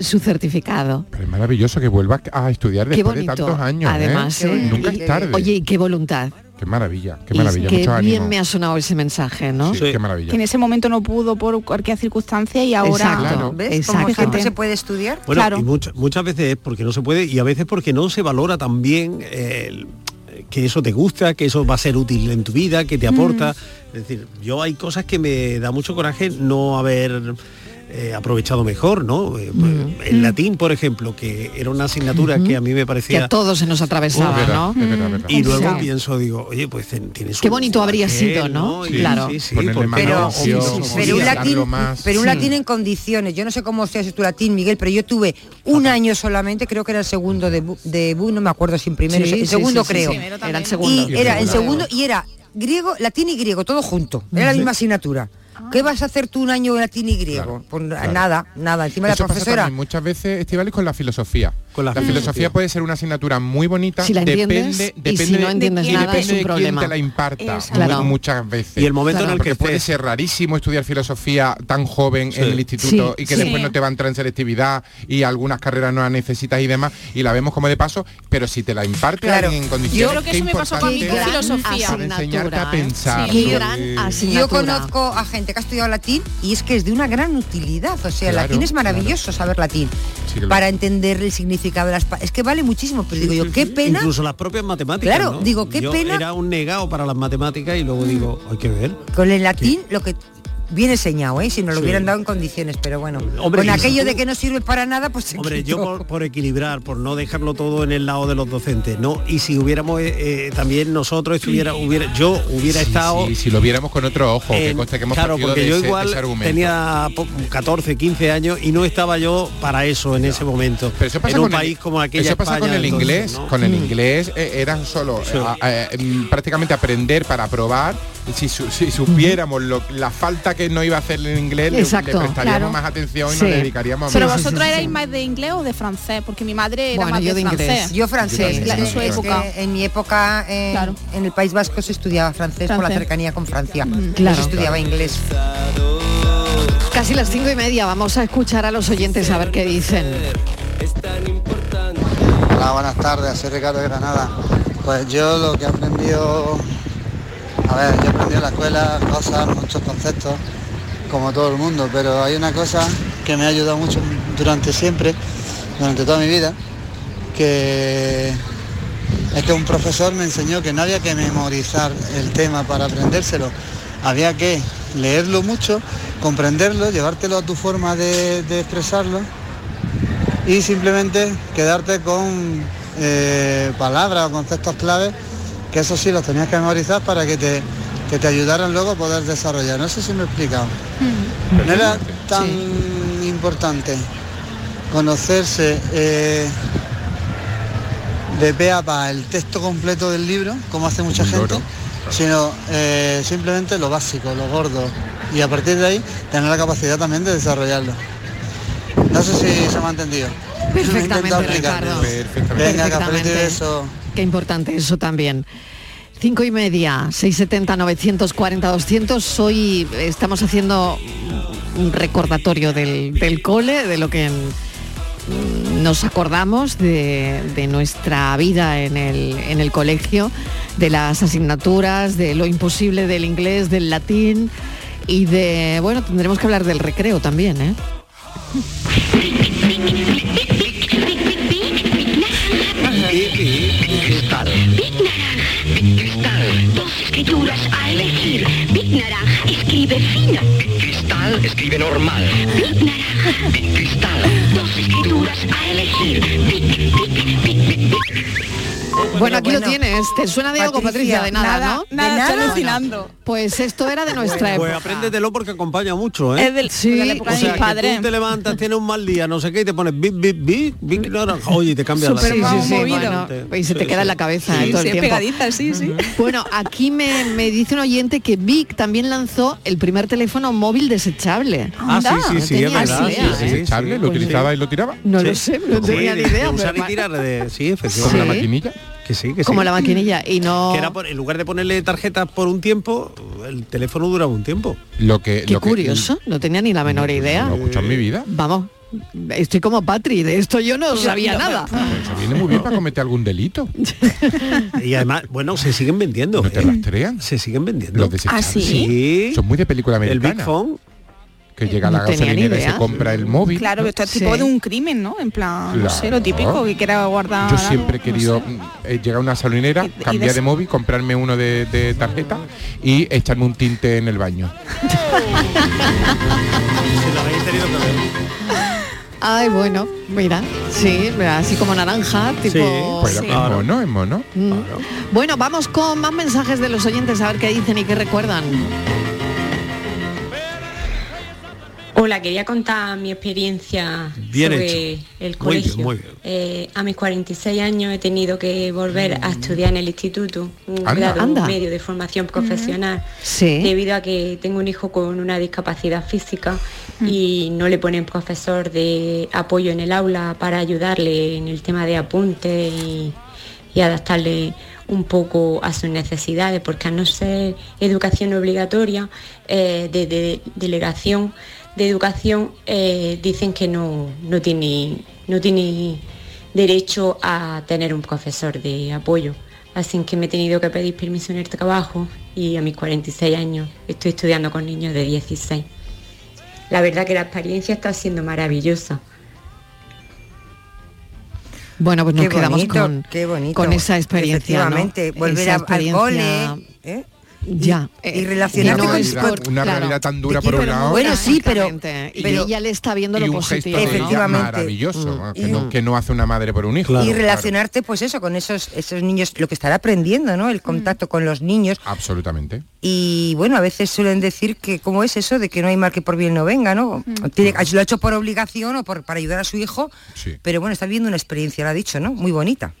[SPEAKER 5] su certificado.
[SPEAKER 10] Es maravilloso que vuelvas a estudiar
[SPEAKER 5] qué
[SPEAKER 10] después de
[SPEAKER 5] bonito.
[SPEAKER 10] tantos años. ¿eh?
[SPEAKER 5] Además, ¿eh?
[SPEAKER 10] Nunca
[SPEAKER 5] Y-
[SPEAKER 10] es tarde.
[SPEAKER 5] Oye, y qué voluntad.
[SPEAKER 10] Qué maravilla, qué
[SPEAKER 5] Y
[SPEAKER 10] maravilla.
[SPEAKER 5] qué
[SPEAKER 10] Mucho
[SPEAKER 5] bien
[SPEAKER 10] ánimo.
[SPEAKER 5] me ha sonado ese mensaje, ¿no?
[SPEAKER 10] Sí, qué maravilla.
[SPEAKER 11] Que en ese momento no pudo por cualquier circunstancia y ahora
[SPEAKER 9] Exacto, Claro.
[SPEAKER 6] ¿Ves?
[SPEAKER 9] exacto.
[SPEAKER 6] Como siempre se puede estudiar.
[SPEAKER 9] Bueno, y muchas, muchas veces es porque no se puede y a veces porque no se valora también eh, el- que eso te gusta, que eso va a ser útil en tu vida, que te
[SPEAKER 5] Mm.
[SPEAKER 9] aporta. Es decir, yo hay cosas que me da mucho coraje no haber eh, aprovechado mejor, ¿no? Eh, pues,
[SPEAKER 5] Mm.
[SPEAKER 9] El latín, por ejemplo, que era una asignatura que a mí me
[SPEAKER 5] Que
[SPEAKER 9] parecía...
[SPEAKER 5] a todos se nos atravesaba,
[SPEAKER 9] Es verdad,
[SPEAKER 5] ¿no?
[SPEAKER 9] es verdad, es verdad. Y luego
[SPEAKER 5] Sí.
[SPEAKER 9] pienso, digo, oye, pues ten- tienes
[SPEAKER 5] Qué bonito habría sido, ¿no?
[SPEAKER 9] Sí,
[SPEAKER 5] claro.
[SPEAKER 9] sí, sí,
[SPEAKER 10] Ponerle
[SPEAKER 9] porque-
[SPEAKER 10] más Pero- atención, sí, sí, sí.
[SPEAKER 6] Pero un latín, pero un
[SPEAKER 10] Sí.
[SPEAKER 6] latín en condiciones. Yo no sé cómo seas tu latín, Miguel, pero yo tuve un año solamente, creo que era el segundo de Bu, de Bu, no me acuerdo si en primero,
[SPEAKER 5] Sí,
[SPEAKER 6] en
[SPEAKER 5] sí,
[SPEAKER 6] segundo
[SPEAKER 5] sí, sí,
[SPEAKER 6] creo.
[SPEAKER 5] sí. Primero también. Era el segundo.
[SPEAKER 6] Y era el
[SPEAKER 5] Claro.
[SPEAKER 6] segundo y era griego, latín y griego, todo junto. Era la
[SPEAKER 5] Sí.
[SPEAKER 6] misma asignatura.
[SPEAKER 5] Ah.
[SPEAKER 6] ¿Qué vas a hacer tú un año de latín y griego? Por
[SPEAKER 10] claro.
[SPEAKER 6] nada, nada. Encima
[SPEAKER 10] Eso
[SPEAKER 6] la
[SPEAKER 10] pasa
[SPEAKER 6] profesora
[SPEAKER 10] también muchas veces, Estivales, con la filosofía. la,
[SPEAKER 6] filosofía.
[SPEAKER 10] filosofía puede ser una asignatura muy bonita.
[SPEAKER 5] Si la entiendes,
[SPEAKER 10] depende,
[SPEAKER 5] y
[SPEAKER 10] depende
[SPEAKER 5] si no
[SPEAKER 10] de-
[SPEAKER 5] entiendes
[SPEAKER 10] y
[SPEAKER 5] nada,
[SPEAKER 10] depende
[SPEAKER 5] es un
[SPEAKER 10] de quién
[SPEAKER 5] problema.
[SPEAKER 10] te la imparta
[SPEAKER 5] Exacto. Claro.
[SPEAKER 10] mu- muchas veces.
[SPEAKER 9] Y el momento en el que
[SPEAKER 10] Porque puede
[SPEAKER 9] estés.
[SPEAKER 10] ser rarísimo estudiar filosofía tan joven en el instituto
[SPEAKER 9] Sí,
[SPEAKER 10] y que
[SPEAKER 9] sí.
[SPEAKER 10] después no te va a entrar en selectividad y algunas carreras no las necesitas y demás y la vemos como de paso, pero si te la imparte
[SPEAKER 6] Claro.
[SPEAKER 10] alguien en
[SPEAKER 6] Yo
[SPEAKER 10] condiciones,
[SPEAKER 6] creo que
[SPEAKER 10] qué
[SPEAKER 6] eso me pasó con mi
[SPEAKER 10] importante
[SPEAKER 6] gran
[SPEAKER 10] para
[SPEAKER 6] asignatura,
[SPEAKER 10] enseñarte a
[SPEAKER 6] ¿eh?
[SPEAKER 10] pensar.
[SPEAKER 6] Sí.
[SPEAKER 10] sobre-
[SPEAKER 6] Yo conozco a gente que ha estudiado latín y es que es de una gran utilidad. O sea, el
[SPEAKER 10] Claro,
[SPEAKER 6] latín es maravilloso saber latín.
[SPEAKER 9] Sí, claro.
[SPEAKER 6] Para entender el significado de las pa- Es que vale muchísimo, pero digo yo, qué pena.
[SPEAKER 9] Incluso las propias matemáticas.
[SPEAKER 6] Claro,
[SPEAKER 9] ¿no?
[SPEAKER 6] digo, qué
[SPEAKER 9] Yo
[SPEAKER 6] pena-
[SPEAKER 9] Era un negado para las matemáticas y luego digo, hay que ver.
[SPEAKER 6] Con el latín lo que bien enseñado, ¿eh? si nos lo
[SPEAKER 9] Sí.
[SPEAKER 6] hubieran dado en condiciones, pero bueno.
[SPEAKER 9] Hombre,
[SPEAKER 6] con
[SPEAKER 9] y-
[SPEAKER 6] aquello de que no sirve para nada, pues se
[SPEAKER 9] Hombre,
[SPEAKER 6] quitó.
[SPEAKER 9] yo por, por equilibrar, por no dejarlo todo en el lado de los docentes, ¿no? Y si hubiéramos eh, eh, también nosotros estuviera, hubiera, yo hubiera estado.
[SPEAKER 10] Y si lo viéramos con otro ojo, que
[SPEAKER 9] en-
[SPEAKER 10] conste que hemos
[SPEAKER 9] claro,
[SPEAKER 10] partido
[SPEAKER 9] porque
[SPEAKER 10] de
[SPEAKER 9] yo
[SPEAKER 10] ese- de
[SPEAKER 9] igual
[SPEAKER 10] ese argumento.
[SPEAKER 9] tenía po- 14, 15 años y no estaba yo para eso en ese momento. Pero
[SPEAKER 10] Eso pasa
[SPEAKER 9] en un
[SPEAKER 10] con el-
[SPEAKER 9] país como aquella
[SPEAKER 10] eso pasa
[SPEAKER 9] España
[SPEAKER 10] con el
[SPEAKER 9] entonces,
[SPEAKER 10] inglés
[SPEAKER 9] ¿no?
[SPEAKER 10] con el
[SPEAKER 6] Mm.
[SPEAKER 10] inglés eh, era solo eh, a- eh, mm, prácticamente aprender para probar si, su- si supiéramos lo- la falta que no iba a hacer el inglés le-
[SPEAKER 5] Exacto,
[SPEAKER 10] le prestaríamos
[SPEAKER 5] claro.
[SPEAKER 10] más atención y
[SPEAKER 5] Sí.
[SPEAKER 10] nos dedicaríamos
[SPEAKER 11] Pero
[SPEAKER 10] más
[SPEAKER 11] vosotros erais más de inglés o de francés, porque mi madre era
[SPEAKER 6] Bueno,
[SPEAKER 11] más
[SPEAKER 6] yo
[SPEAKER 11] de,
[SPEAKER 6] de inglés.
[SPEAKER 11] francés.
[SPEAKER 6] Yo francés,
[SPEAKER 11] En la- en su
[SPEAKER 6] Es
[SPEAKER 11] época.
[SPEAKER 6] que en mi época eh, en, en el País Vasco se estudiaba francés, por la
[SPEAKER 5] Francés.
[SPEAKER 6] cercanía con Francia. No
[SPEAKER 5] claro.
[SPEAKER 6] se estudiaba inglés.
[SPEAKER 5] Casi las cinco y media, vamos a escuchar a los oyentes a ver qué dicen.
[SPEAKER 17] Hola, buenas tardes, soy Ricardo de Granada. Pues yo lo que he aprendido, a ver, yo he aprendido en la escuela cosas, muchos conceptos, como todo el mundo, pero hay una cosa que me ha ayudado mucho durante siempre, durante toda mi vida, que es que un profesor me enseñó que no había que memorizar el tema para aprendérselo, había que leerlo mucho, comprenderlo, llevártelo a tu forma de- de expresarlo y simplemente quedarte con eh, palabras o conceptos clave que eso sí los tenías que memorizar para que te, que te ayudaran luego a poder desarrollar. No sé si me he explicado. No era tan importante conocerse eh, de pe a pa el texto completo del libro, como hace mucha gente, sino eh, simplemente lo básico, lo gordo. Y a partir de ahí tener la capacidad también de desarrollarlo. No sé si se me ha entendido. Lo he intentado
[SPEAKER 5] Perfectamente,
[SPEAKER 17] explicar.
[SPEAKER 5] Ricardo.
[SPEAKER 17] Venga, cafelito y
[SPEAKER 5] Perfectamente.
[SPEAKER 17] beso.
[SPEAKER 5] Qué importante eso también. 5 y media, 670, 940, 200. Hoy estamos haciendo un recordatorio del, del cole, de lo que mm, nos acordamos de, de nuestra vida en el, en el colegio, de las asignaturas, de lo imposible del inglés, del latín y de, bueno, tendremos que hablar del recreo también, ¿eh?
[SPEAKER 4] Cristal. Big Naranja. Big Cristal. Dos escrituras a elegir. Big Naranja escribe fino. Big Cristal escribe normal. Big Naranja. Big Cristal. Dos escrituras a elegir. Big, big, big, big, big.
[SPEAKER 5] Bueno, aquí lo tienes. Te suena de algo, Patricia,
[SPEAKER 11] Patricia,
[SPEAKER 5] de nada,
[SPEAKER 11] nada,
[SPEAKER 5] ¿no?
[SPEAKER 11] nada,
[SPEAKER 5] De
[SPEAKER 11] estoy
[SPEAKER 5] Bueno,
[SPEAKER 11] alucinando.
[SPEAKER 5] pues esto era de nuestra
[SPEAKER 9] Pues
[SPEAKER 5] época.
[SPEAKER 9] apréndetelo porque acompaña mucho, ¿eh?
[SPEAKER 5] Es del- Sí, de la época
[SPEAKER 9] o
[SPEAKER 5] de
[SPEAKER 9] sea,
[SPEAKER 5] mis
[SPEAKER 9] que
[SPEAKER 5] padres.
[SPEAKER 9] tú te levantas, tienes un mal día, no sé qué, y te pones bip, bip, bip, bip, naranja, oye, y te cambia la
[SPEAKER 5] Súper
[SPEAKER 9] vida.
[SPEAKER 5] movido. y Pues se te queda en la cabeza eh, todo el tiempo.
[SPEAKER 11] sí, sí.
[SPEAKER 5] Bueno, aquí me, me dice un oyente que Vic también lanzó el primer teléfono móvil desechable.
[SPEAKER 10] Ah, sí, sí,
[SPEAKER 5] No
[SPEAKER 10] sí, es
[SPEAKER 5] tenía
[SPEAKER 10] verdad.
[SPEAKER 5] ni
[SPEAKER 10] sí,
[SPEAKER 5] idea,
[SPEAKER 10] sí,
[SPEAKER 5] ¿eh?
[SPEAKER 10] sí, Charlie, ¿Lo utilizaba y lo tiraba?
[SPEAKER 5] No lo sé, no tenía ni
[SPEAKER 9] de- de
[SPEAKER 5] idea,
[SPEAKER 9] usar
[SPEAKER 5] pero-
[SPEAKER 9] y tirar de... Sí, efectivamente.
[SPEAKER 5] ¿Como la Sí.
[SPEAKER 9] maquinilla? Que sí, que sí.
[SPEAKER 5] Como la maquinilla y no...
[SPEAKER 9] Que era por- en lugar de ponerle tarjetas por un tiempo, el teléfono duraba un tiempo.
[SPEAKER 10] Lo que, mm.
[SPEAKER 5] Qué curioso, no tenía ni la menor idea.
[SPEAKER 10] escuchado en mi vida.
[SPEAKER 5] Vamos, estoy como Patri, de esto yo no sabía nada.
[SPEAKER 10] Pues Se viene muy bien para cometer algún delito.
[SPEAKER 9] y además, bueno, se siguen vendiendo.
[SPEAKER 10] ¿No te rastrean?
[SPEAKER 9] Se siguen vendiendo.
[SPEAKER 10] Los desechables.
[SPEAKER 9] ¿Ah, sí? Sí.
[SPEAKER 10] Son muy de película
[SPEAKER 9] El
[SPEAKER 10] americana.
[SPEAKER 9] Big Phone.
[SPEAKER 10] Que llega a
[SPEAKER 9] No
[SPEAKER 10] la
[SPEAKER 9] tenía ni
[SPEAKER 10] gasolinera y se
[SPEAKER 9] idea.
[SPEAKER 10] compra el móvil.
[SPEAKER 11] Claro, pero esto es tipo
[SPEAKER 10] Sí.
[SPEAKER 11] de un crimen, ¿no? En plan, no sé,
[SPEAKER 10] Claro.
[SPEAKER 11] lo típico que quiera
[SPEAKER 5] Ah,
[SPEAKER 11] guardar.
[SPEAKER 10] Yo
[SPEAKER 11] algo,
[SPEAKER 10] siempre he
[SPEAKER 11] no
[SPEAKER 10] querido mm, eh, llegar a una salinera, cambiar de
[SPEAKER 11] des-
[SPEAKER 10] móvil, comprarme uno de, de tarjeta y echarme un tinte en el baño.
[SPEAKER 5] Ay, bueno, mira, sí, mira, así como naranja, tipo...
[SPEAKER 10] Pues
[SPEAKER 5] sí.
[SPEAKER 10] es mono, es mono.
[SPEAKER 5] Mm. Bueno, vamos con más mensajes de los oyentes a ver qué dicen y qué recuerdan.
[SPEAKER 1] Hola, quería contar mi experiencia
[SPEAKER 9] Bien
[SPEAKER 1] sobre
[SPEAKER 9] hecho. Muy bien,
[SPEAKER 1] el colegio.
[SPEAKER 9] muy bien.
[SPEAKER 1] Eh, a mis 46 años he tenido que volver
[SPEAKER 9] Mm.
[SPEAKER 1] a estudiar en el instituto, un
[SPEAKER 5] Anda.
[SPEAKER 1] grado
[SPEAKER 5] Anda.
[SPEAKER 1] medio de formación profesional,
[SPEAKER 5] Sí.
[SPEAKER 1] debido a que tengo un hijo con una discapacidad física y no le ponen profesor de apoyo en el aula para ayudarle en el tema de apuntes y, y adaptarle un poco a sus necesidades, porque a no ser educación obligatoria, eh, de, de- delegación de educación, eh, dicen que no, no, tiene, no tiene derecho a tener un profesor de apoyo. Así que me he tenido que pedir permiso en el trabajo y a mis 46 años estoy estudiando con niños de 16. La verdad que la experiencia está siendo maravillosa.
[SPEAKER 5] Bueno, pues nos
[SPEAKER 1] Qué
[SPEAKER 5] quedamos
[SPEAKER 1] bonito,
[SPEAKER 5] con,
[SPEAKER 1] qué bonito.
[SPEAKER 5] con esa experiencia. ¿no?
[SPEAKER 6] Efectivamente, volver
[SPEAKER 5] Esa
[SPEAKER 6] a- al
[SPEAKER 5] experiencia-
[SPEAKER 6] cole, ¿eh?
[SPEAKER 5] Ya.
[SPEAKER 6] Y-
[SPEAKER 5] eh,
[SPEAKER 6] y relacionarte
[SPEAKER 5] que
[SPEAKER 6] con-
[SPEAKER 5] es
[SPEAKER 10] Realidad-
[SPEAKER 5] por-
[SPEAKER 10] una
[SPEAKER 5] claro.
[SPEAKER 10] realidad tan dura
[SPEAKER 6] Sí,
[SPEAKER 10] por un
[SPEAKER 6] pero
[SPEAKER 10] lado.
[SPEAKER 6] bueno, sí, pero,
[SPEAKER 5] Exactamente, y
[SPEAKER 6] pero-
[SPEAKER 5] ella le está viendo
[SPEAKER 10] y
[SPEAKER 5] lo
[SPEAKER 10] un gesto
[SPEAKER 5] positivo. Mm.
[SPEAKER 10] de
[SPEAKER 5] ¿no?
[SPEAKER 10] ella maravilloso, ¿no? que, no, que no hace una madre por un hijo.
[SPEAKER 6] y
[SPEAKER 10] Claro.
[SPEAKER 6] relacionarte pues eso con esos esos niños lo que estará aprendiendo no
[SPEAKER 5] Mm.
[SPEAKER 6] el contacto con los niños
[SPEAKER 10] Absolutamente.
[SPEAKER 6] y bueno a veces suelen decir que cómo es eso de que no hay mal que por bien no venga no
[SPEAKER 5] Mm.
[SPEAKER 6] Tiene- ah, lo ha hecho por obligación o por, para ayudar a su hijo pero bueno está viviendo una experiencia lo ha dicho no muy bonita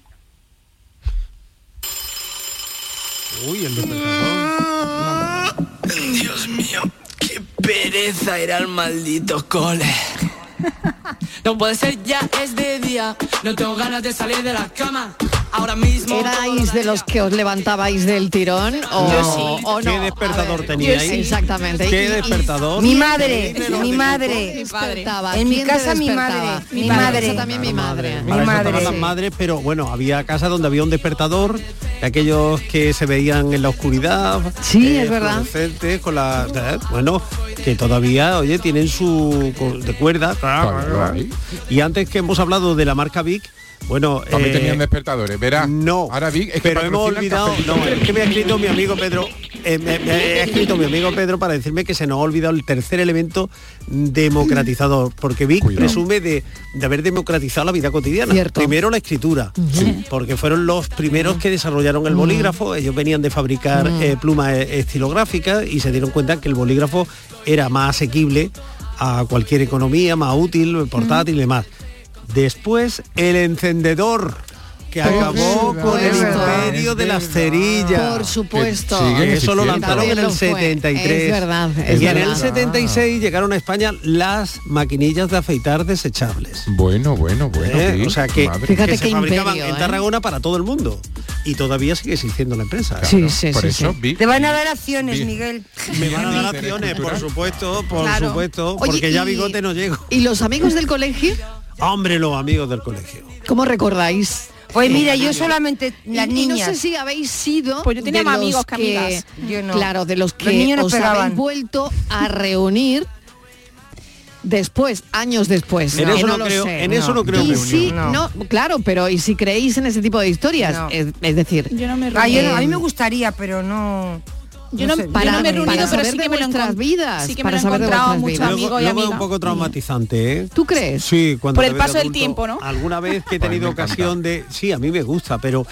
[SPEAKER 9] Uy, el
[SPEAKER 15] Dios mío, qué pereza ir al maldito cole. No puede ser, ya es de día. No tengo ganas de salir de la cama. Ahora mismo.
[SPEAKER 5] ¿Erais de los que os levantabais del tirón o,
[SPEAKER 9] Yo sí.
[SPEAKER 5] o no?
[SPEAKER 9] ¿Qué despertador
[SPEAKER 5] Yo
[SPEAKER 9] teníais?
[SPEAKER 5] sí, exactamente.
[SPEAKER 9] ¿Qué
[SPEAKER 5] Y- y-
[SPEAKER 9] despertador?
[SPEAKER 6] mi madre mi madre
[SPEAKER 5] Despertaba.
[SPEAKER 6] en mi
[SPEAKER 5] ¿Quién te
[SPEAKER 6] casa mi
[SPEAKER 5] despertaba?
[SPEAKER 6] madre
[SPEAKER 5] Mi
[SPEAKER 6] mi
[SPEAKER 5] madre.
[SPEAKER 6] madre
[SPEAKER 5] Eso también mi madre.
[SPEAKER 9] Para eso estaban las madres, pero bueno, había casas donde había un despertador, aquellos que se veían en la oscuridad. eh,
[SPEAKER 5] Sí, es verdad.
[SPEAKER 9] fluorescentes, Con la, eh, bueno, que todavía, oye, tienen su con- de cuerda. Y antes que hemos hablado de la marca Vic, bueno,
[SPEAKER 10] También
[SPEAKER 9] eh,
[SPEAKER 10] tenían despertadores, verás.
[SPEAKER 9] No.
[SPEAKER 10] Ahora Vic, es que
[SPEAKER 9] pero hemos
[SPEAKER 10] patrocina el
[SPEAKER 9] olvidado.
[SPEAKER 10] café.
[SPEAKER 9] No, es que me ha escrito mi amigo Pedro. eh, me, me ha escrito mi amigo Pedro para decirme que se nos ha olvidado el tercer elemento democratizador, porque Vic presume de, de haber democratizado la vida cotidiana.
[SPEAKER 5] Cierto.
[SPEAKER 9] Primero la escritura, porque fueron los primeros que desarrollaron el bolígrafo, ellos venían de fabricar
[SPEAKER 5] Mm.
[SPEAKER 9] eh, plumas eh, estilográficas y se dieron cuenta que el bolígrafo era más asequible a cualquier economía, más útil, portátil y demás. Después el encendedor que acabó
[SPEAKER 5] Por
[SPEAKER 9] con el
[SPEAKER 5] supuesto.
[SPEAKER 9] imperio de las cerillas.
[SPEAKER 5] Por supuesto.
[SPEAKER 9] Que Eso lo
[SPEAKER 5] Sí,
[SPEAKER 9] lanzaron en
[SPEAKER 5] también
[SPEAKER 9] el
[SPEAKER 5] lo fue.
[SPEAKER 9] 73.
[SPEAKER 5] Es verdad, es
[SPEAKER 9] y en
[SPEAKER 5] verdad.
[SPEAKER 9] el 76 llegaron a España las maquinillas de afeitar desechables.
[SPEAKER 10] Bueno, bueno, bueno.
[SPEAKER 9] ¿eh?
[SPEAKER 10] sí,
[SPEAKER 9] o sea que,
[SPEAKER 10] madre.
[SPEAKER 9] que se fabricaban en
[SPEAKER 5] ¿eh?
[SPEAKER 9] Tarragona para todo el mundo. Y todavía sigue existiendo la empresa.
[SPEAKER 10] Sí, sí, por sí, eso sí. vi-
[SPEAKER 6] Te van a dar acciones, Miguel.
[SPEAKER 9] Me van a dar acciones, por supuesto, por
[SPEAKER 5] Claro.
[SPEAKER 9] supuesto,
[SPEAKER 5] Oye,
[SPEAKER 9] porque ya
[SPEAKER 5] y-
[SPEAKER 9] bigote no llego.
[SPEAKER 5] ¿Y los amigos del colegio?
[SPEAKER 9] Hombre, los amigos del colegio.
[SPEAKER 5] ¿Cómo recordáis?
[SPEAKER 6] Pues
[SPEAKER 5] Eh,
[SPEAKER 6] mira, yo solamente las
[SPEAKER 5] y
[SPEAKER 6] niñas.
[SPEAKER 5] no sé si habéis sido
[SPEAKER 11] Pues yo tenía
[SPEAKER 5] de
[SPEAKER 11] más
[SPEAKER 5] los
[SPEAKER 11] amigos que amigas. Yo no.
[SPEAKER 5] Claro, de
[SPEAKER 6] Los
[SPEAKER 5] los que
[SPEAKER 6] niños nos
[SPEAKER 5] os
[SPEAKER 6] pegaban.
[SPEAKER 5] habéis vuelto a reunir después, años después.
[SPEAKER 9] En
[SPEAKER 5] Que
[SPEAKER 9] eso no
[SPEAKER 5] lo
[SPEAKER 9] creo-
[SPEAKER 5] sé.
[SPEAKER 9] en eso no creo
[SPEAKER 5] Y
[SPEAKER 9] reunión.
[SPEAKER 5] si,
[SPEAKER 9] No.
[SPEAKER 5] no. claro, pero y si creéis en ese tipo de historias, es, es decir,
[SPEAKER 6] Ah, yo no- a
[SPEAKER 5] eh,
[SPEAKER 6] mí me gustaría, pero no.
[SPEAKER 5] Yo no- para- para saber de vuestras
[SPEAKER 6] encon-
[SPEAKER 5] vidas,
[SPEAKER 6] sí que
[SPEAKER 5] para
[SPEAKER 6] me lo he
[SPEAKER 5] saber de
[SPEAKER 6] encontrado
[SPEAKER 5] vuestras
[SPEAKER 6] mucho
[SPEAKER 5] vidas.
[SPEAKER 6] amigo
[SPEAKER 9] Luego
[SPEAKER 6] y
[SPEAKER 9] luego es
[SPEAKER 6] amiga.
[SPEAKER 9] un poco traumatizante, ¿eh?
[SPEAKER 5] ¿tú crees?
[SPEAKER 9] Sí, cuando
[SPEAKER 11] Por
[SPEAKER 9] te
[SPEAKER 11] el
[SPEAKER 9] ves de
[SPEAKER 11] paso del
[SPEAKER 9] adulto,
[SPEAKER 11] tiempo, ¿no?
[SPEAKER 9] Alguna vez
[SPEAKER 10] Pues
[SPEAKER 9] que he tenido ocasión de... Sí, a mí me gusta, pero...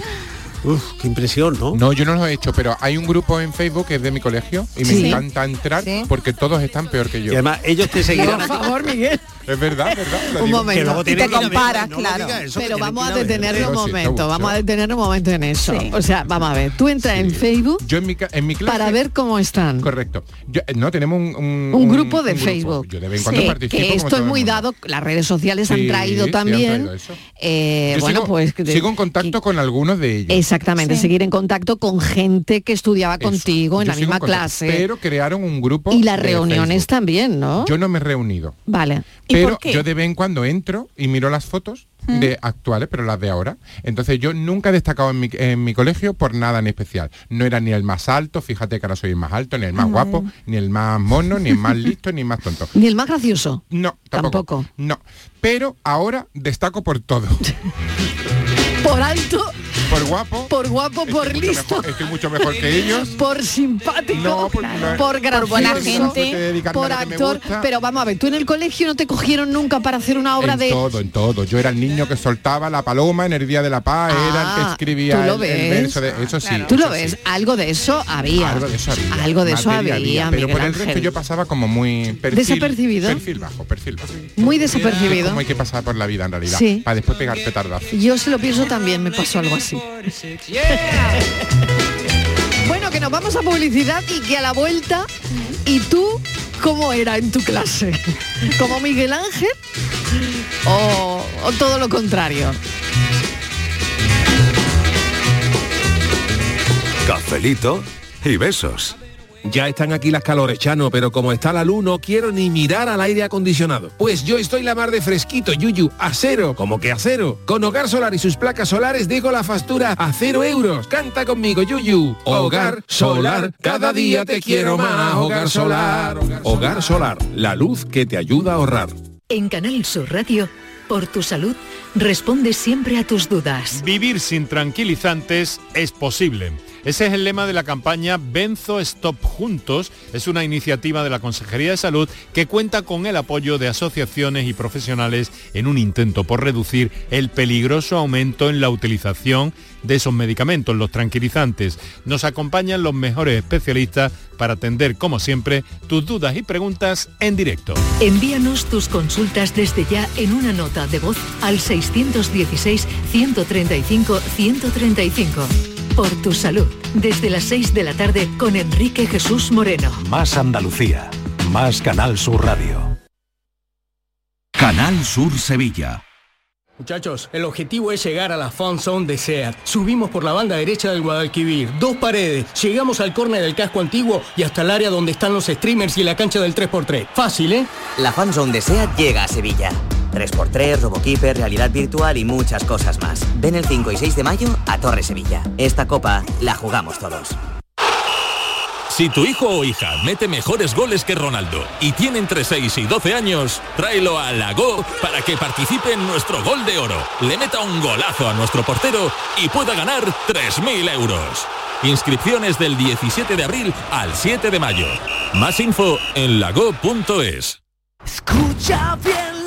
[SPEAKER 9] Uf, qué impresión, ¿no? No,
[SPEAKER 10] yo no lo he hecho, pero hay un grupo en Facebook que es de mi colegio y
[SPEAKER 9] Sí.
[SPEAKER 10] me encanta entrar porque todos están peor que yo. Y
[SPEAKER 9] además ellos te seguirán.
[SPEAKER 5] Por favor, Miguel.
[SPEAKER 10] Es verdad, es verdad. lo
[SPEAKER 5] Un
[SPEAKER 10] digo.
[SPEAKER 5] momento. Y te comparas,
[SPEAKER 10] claro.
[SPEAKER 5] Pero vamos a
[SPEAKER 10] ver.
[SPEAKER 5] detenerlo un
[SPEAKER 10] Pero sí, está
[SPEAKER 5] momento,
[SPEAKER 10] bueno,
[SPEAKER 5] vamos a detener un momento en eso. O sea, vamos a ver, tú entras en Facebook
[SPEAKER 10] Yo en mi, ca- en mi clase...
[SPEAKER 5] para ver cómo están.
[SPEAKER 10] Correcto. Yo- eh, no, tenemos un... Un,
[SPEAKER 5] Un grupo de
[SPEAKER 10] un
[SPEAKER 5] Facebook.
[SPEAKER 10] Yo de vez en cuando
[SPEAKER 5] Sí,
[SPEAKER 10] participo.
[SPEAKER 5] que
[SPEAKER 10] como
[SPEAKER 5] esto
[SPEAKER 10] todo
[SPEAKER 5] es
[SPEAKER 10] el
[SPEAKER 5] muy
[SPEAKER 10] mundo.
[SPEAKER 5] dado, las redes sociales
[SPEAKER 10] Sí,
[SPEAKER 5] han traído
[SPEAKER 10] sí, han
[SPEAKER 5] también.
[SPEAKER 10] traído eso.
[SPEAKER 5] eh,
[SPEAKER 10] Yo
[SPEAKER 5] bueno,
[SPEAKER 10] sigo,
[SPEAKER 5] pues que-
[SPEAKER 10] sigo en contacto con algunos de ellos.
[SPEAKER 5] exactamente, seguir en contacto con gente que estudiaba contigo en
[SPEAKER 10] Yo
[SPEAKER 5] la
[SPEAKER 10] sigo
[SPEAKER 5] misma
[SPEAKER 10] contacto,
[SPEAKER 5] clase.
[SPEAKER 10] Pero crearon un grupo.
[SPEAKER 5] y las
[SPEAKER 10] de
[SPEAKER 5] reuniones también, ¿no?
[SPEAKER 10] Facebook. Yo no me he reunido.
[SPEAKER 5] Vale.
[SPEAKER 10] Pero yo de vez en cuando entro y miro las fotos
[SPEAKER 5] Mm.
[SPEAKER 10] de actuales, pero las de ahora. Entonces yo nunca he destacado en mi, en mi colegio por nada en especial. No era ni el más alto, fíjate que ahora soy el más alto, ni el más guapo, ni el más mono, ni el más listo, ni el más tonto.
[SPEAKER 5] Ah, Ni el más gracioso.
[SPEAKER 10] No, tampoco. No. Pero ahora destaco por todo.
[SPEAKER 5] Por alto,
[SPEAKER 10] por guapo,
[SPEAKER 5] por guapo, por listo.
[SPEAKER 10] Estoy mucho mejor que ellos.
[SPEAKER 5] Por simpático, por,
[SPEAKER 10] no.
[SPEAKER 5] gracioso,
[SPEAKER 10] Por buena gente, Por dedicarme
[SPEAKER 5] por
[SPEAKER 10] a lo que me
[SPEAKER 5] actor.
[SPEAKER 10] gusta.
[SPEAKER 5] Pero vamos a ver, tú en el colegio no te cogieron nunca para hacer una obra
[SPEAKER 10] en
[SPEAKER 5] de
[SPEAKER 10] todo, en todo. Yo era el niño que soltaba la paloma en el Día de la Paz, era el que escribía
[SPEAKER 5] Ah, ¿tú lo
[SPEAKER 10] el, el
[SPEAKER 5] ves?
[SPEAKER 10] verso de eso sí.
[SPEAKER 5] Tú lo
[SPEAKER 10] eso sí.
[SPEAKER 5] ves, algo de eso había.
[SPEAKER 10] Algo de eso había.
[SPEAKER 5] Algo de eso
[SPEAKER 10] Materia
[SPEAKER 5] había,
[SPEAKER 10] Pero
[SPEAKER 5] Miguel
[SPEAKER 10] por el resto
[SPEAKER 5] Ángel.
[SPEAKER 10] yo pasaba como muy perfil,
[SPEAKER 5] Desapercibido.
[SPEAKER 10] Perfil bajo, perfil bajo.
[SPEAKER 5] Muy
[SPEAKER 10] Es
[SPEAKER 5] desapercibido.
[SPEAKER 10] como hay que pasar por la vida en realidad.
[SPEAKER 5] Sí.
[SPEAKER 10] Para después pegar petardazos.
[SPEAKER 5] Yo se lo pienso también, me pasó algo así. bueno, que nos vamos a publicidad y que a la vuelta, ¿y tú cómo era en tu clase? ¿Como Miguel Ángel o, o todo lo contrario?
[SPEAKER 3] Cafelito y besos.
[SPEAKER 7] Ya están aquí las calores, Chano, pero como está la luz no quiero ni mirar al aire acondicionado. Pues yo estoy la mar de fresquito, Yuyu, a cero, como que a cero. Con Hogar Solar y sus placas solares digo la factura a cero euros. Canta conmigo, Yuyu. Hogar Solar, cada día te quiero más. Hogar Solar.
[SPEAKER 18] Hogar Solar, la luz que te ayuda a ahorrar.
[SPEAKER 19] En Canal Sur Radio, por tu salud, responde siempre a tus dudas.
[SPEAKER 8] Vivir sin tranquilizantes es posible. Ese es el lema de la campaña Benzo Stop Juntos. Es una iniciativa de la Consejería de Salud que cuenta con el apoyo de asociaciones y profesionales en un intento por reducir el peligroso aumento en la utilización de esos medicamentos, los tranquilizantes. Nos acompañan los mejores especialistas para atender, como siempre, tus dudas y preguntas en directo.
[SPEAKER 19] Envíanos tus consultas desde ya en una nota de voz al 616-135-135. Por tu salud, desde las 6 de la tarde con Enrique Jesús Moreno.
[SPEAKER 20] Más Andalucía. Más Canal Sur Radio. Canal Sur Sevilla.
[SPEAKER 21] Muchachos, el objetivo es llegar a la Fan Zone de SEAT. Subimos por la banda derecha del Guadalquivir, dos paredes, llegamos al córner del casco antiguo y hasta el área donde están los streamers y la cancha del 3x3. Fácil, ¿eh?
[SPEAKER 22] La fanzone de SEAT llega a Sevilla. 3x3, Robokeeper, realidad virtual y muchas cosas más. Ven el 5 y 6 de mayo a Torre Sevilla. Esta copa la jugamos todos.
[SPEAKER 23] Si tu hijo o hija mete mejores goles que Ronaldo y tiene entre 6 y 12 años, tráelo a Lago para que participe en nuestro gol de oro, le meta un golazo a nuestro portero y pueda ganar 3.000 euros. Inscripciones del 17 de abril al 7 de mayo. Más info en lago.es.
[SPEAKER 24] Escucha bien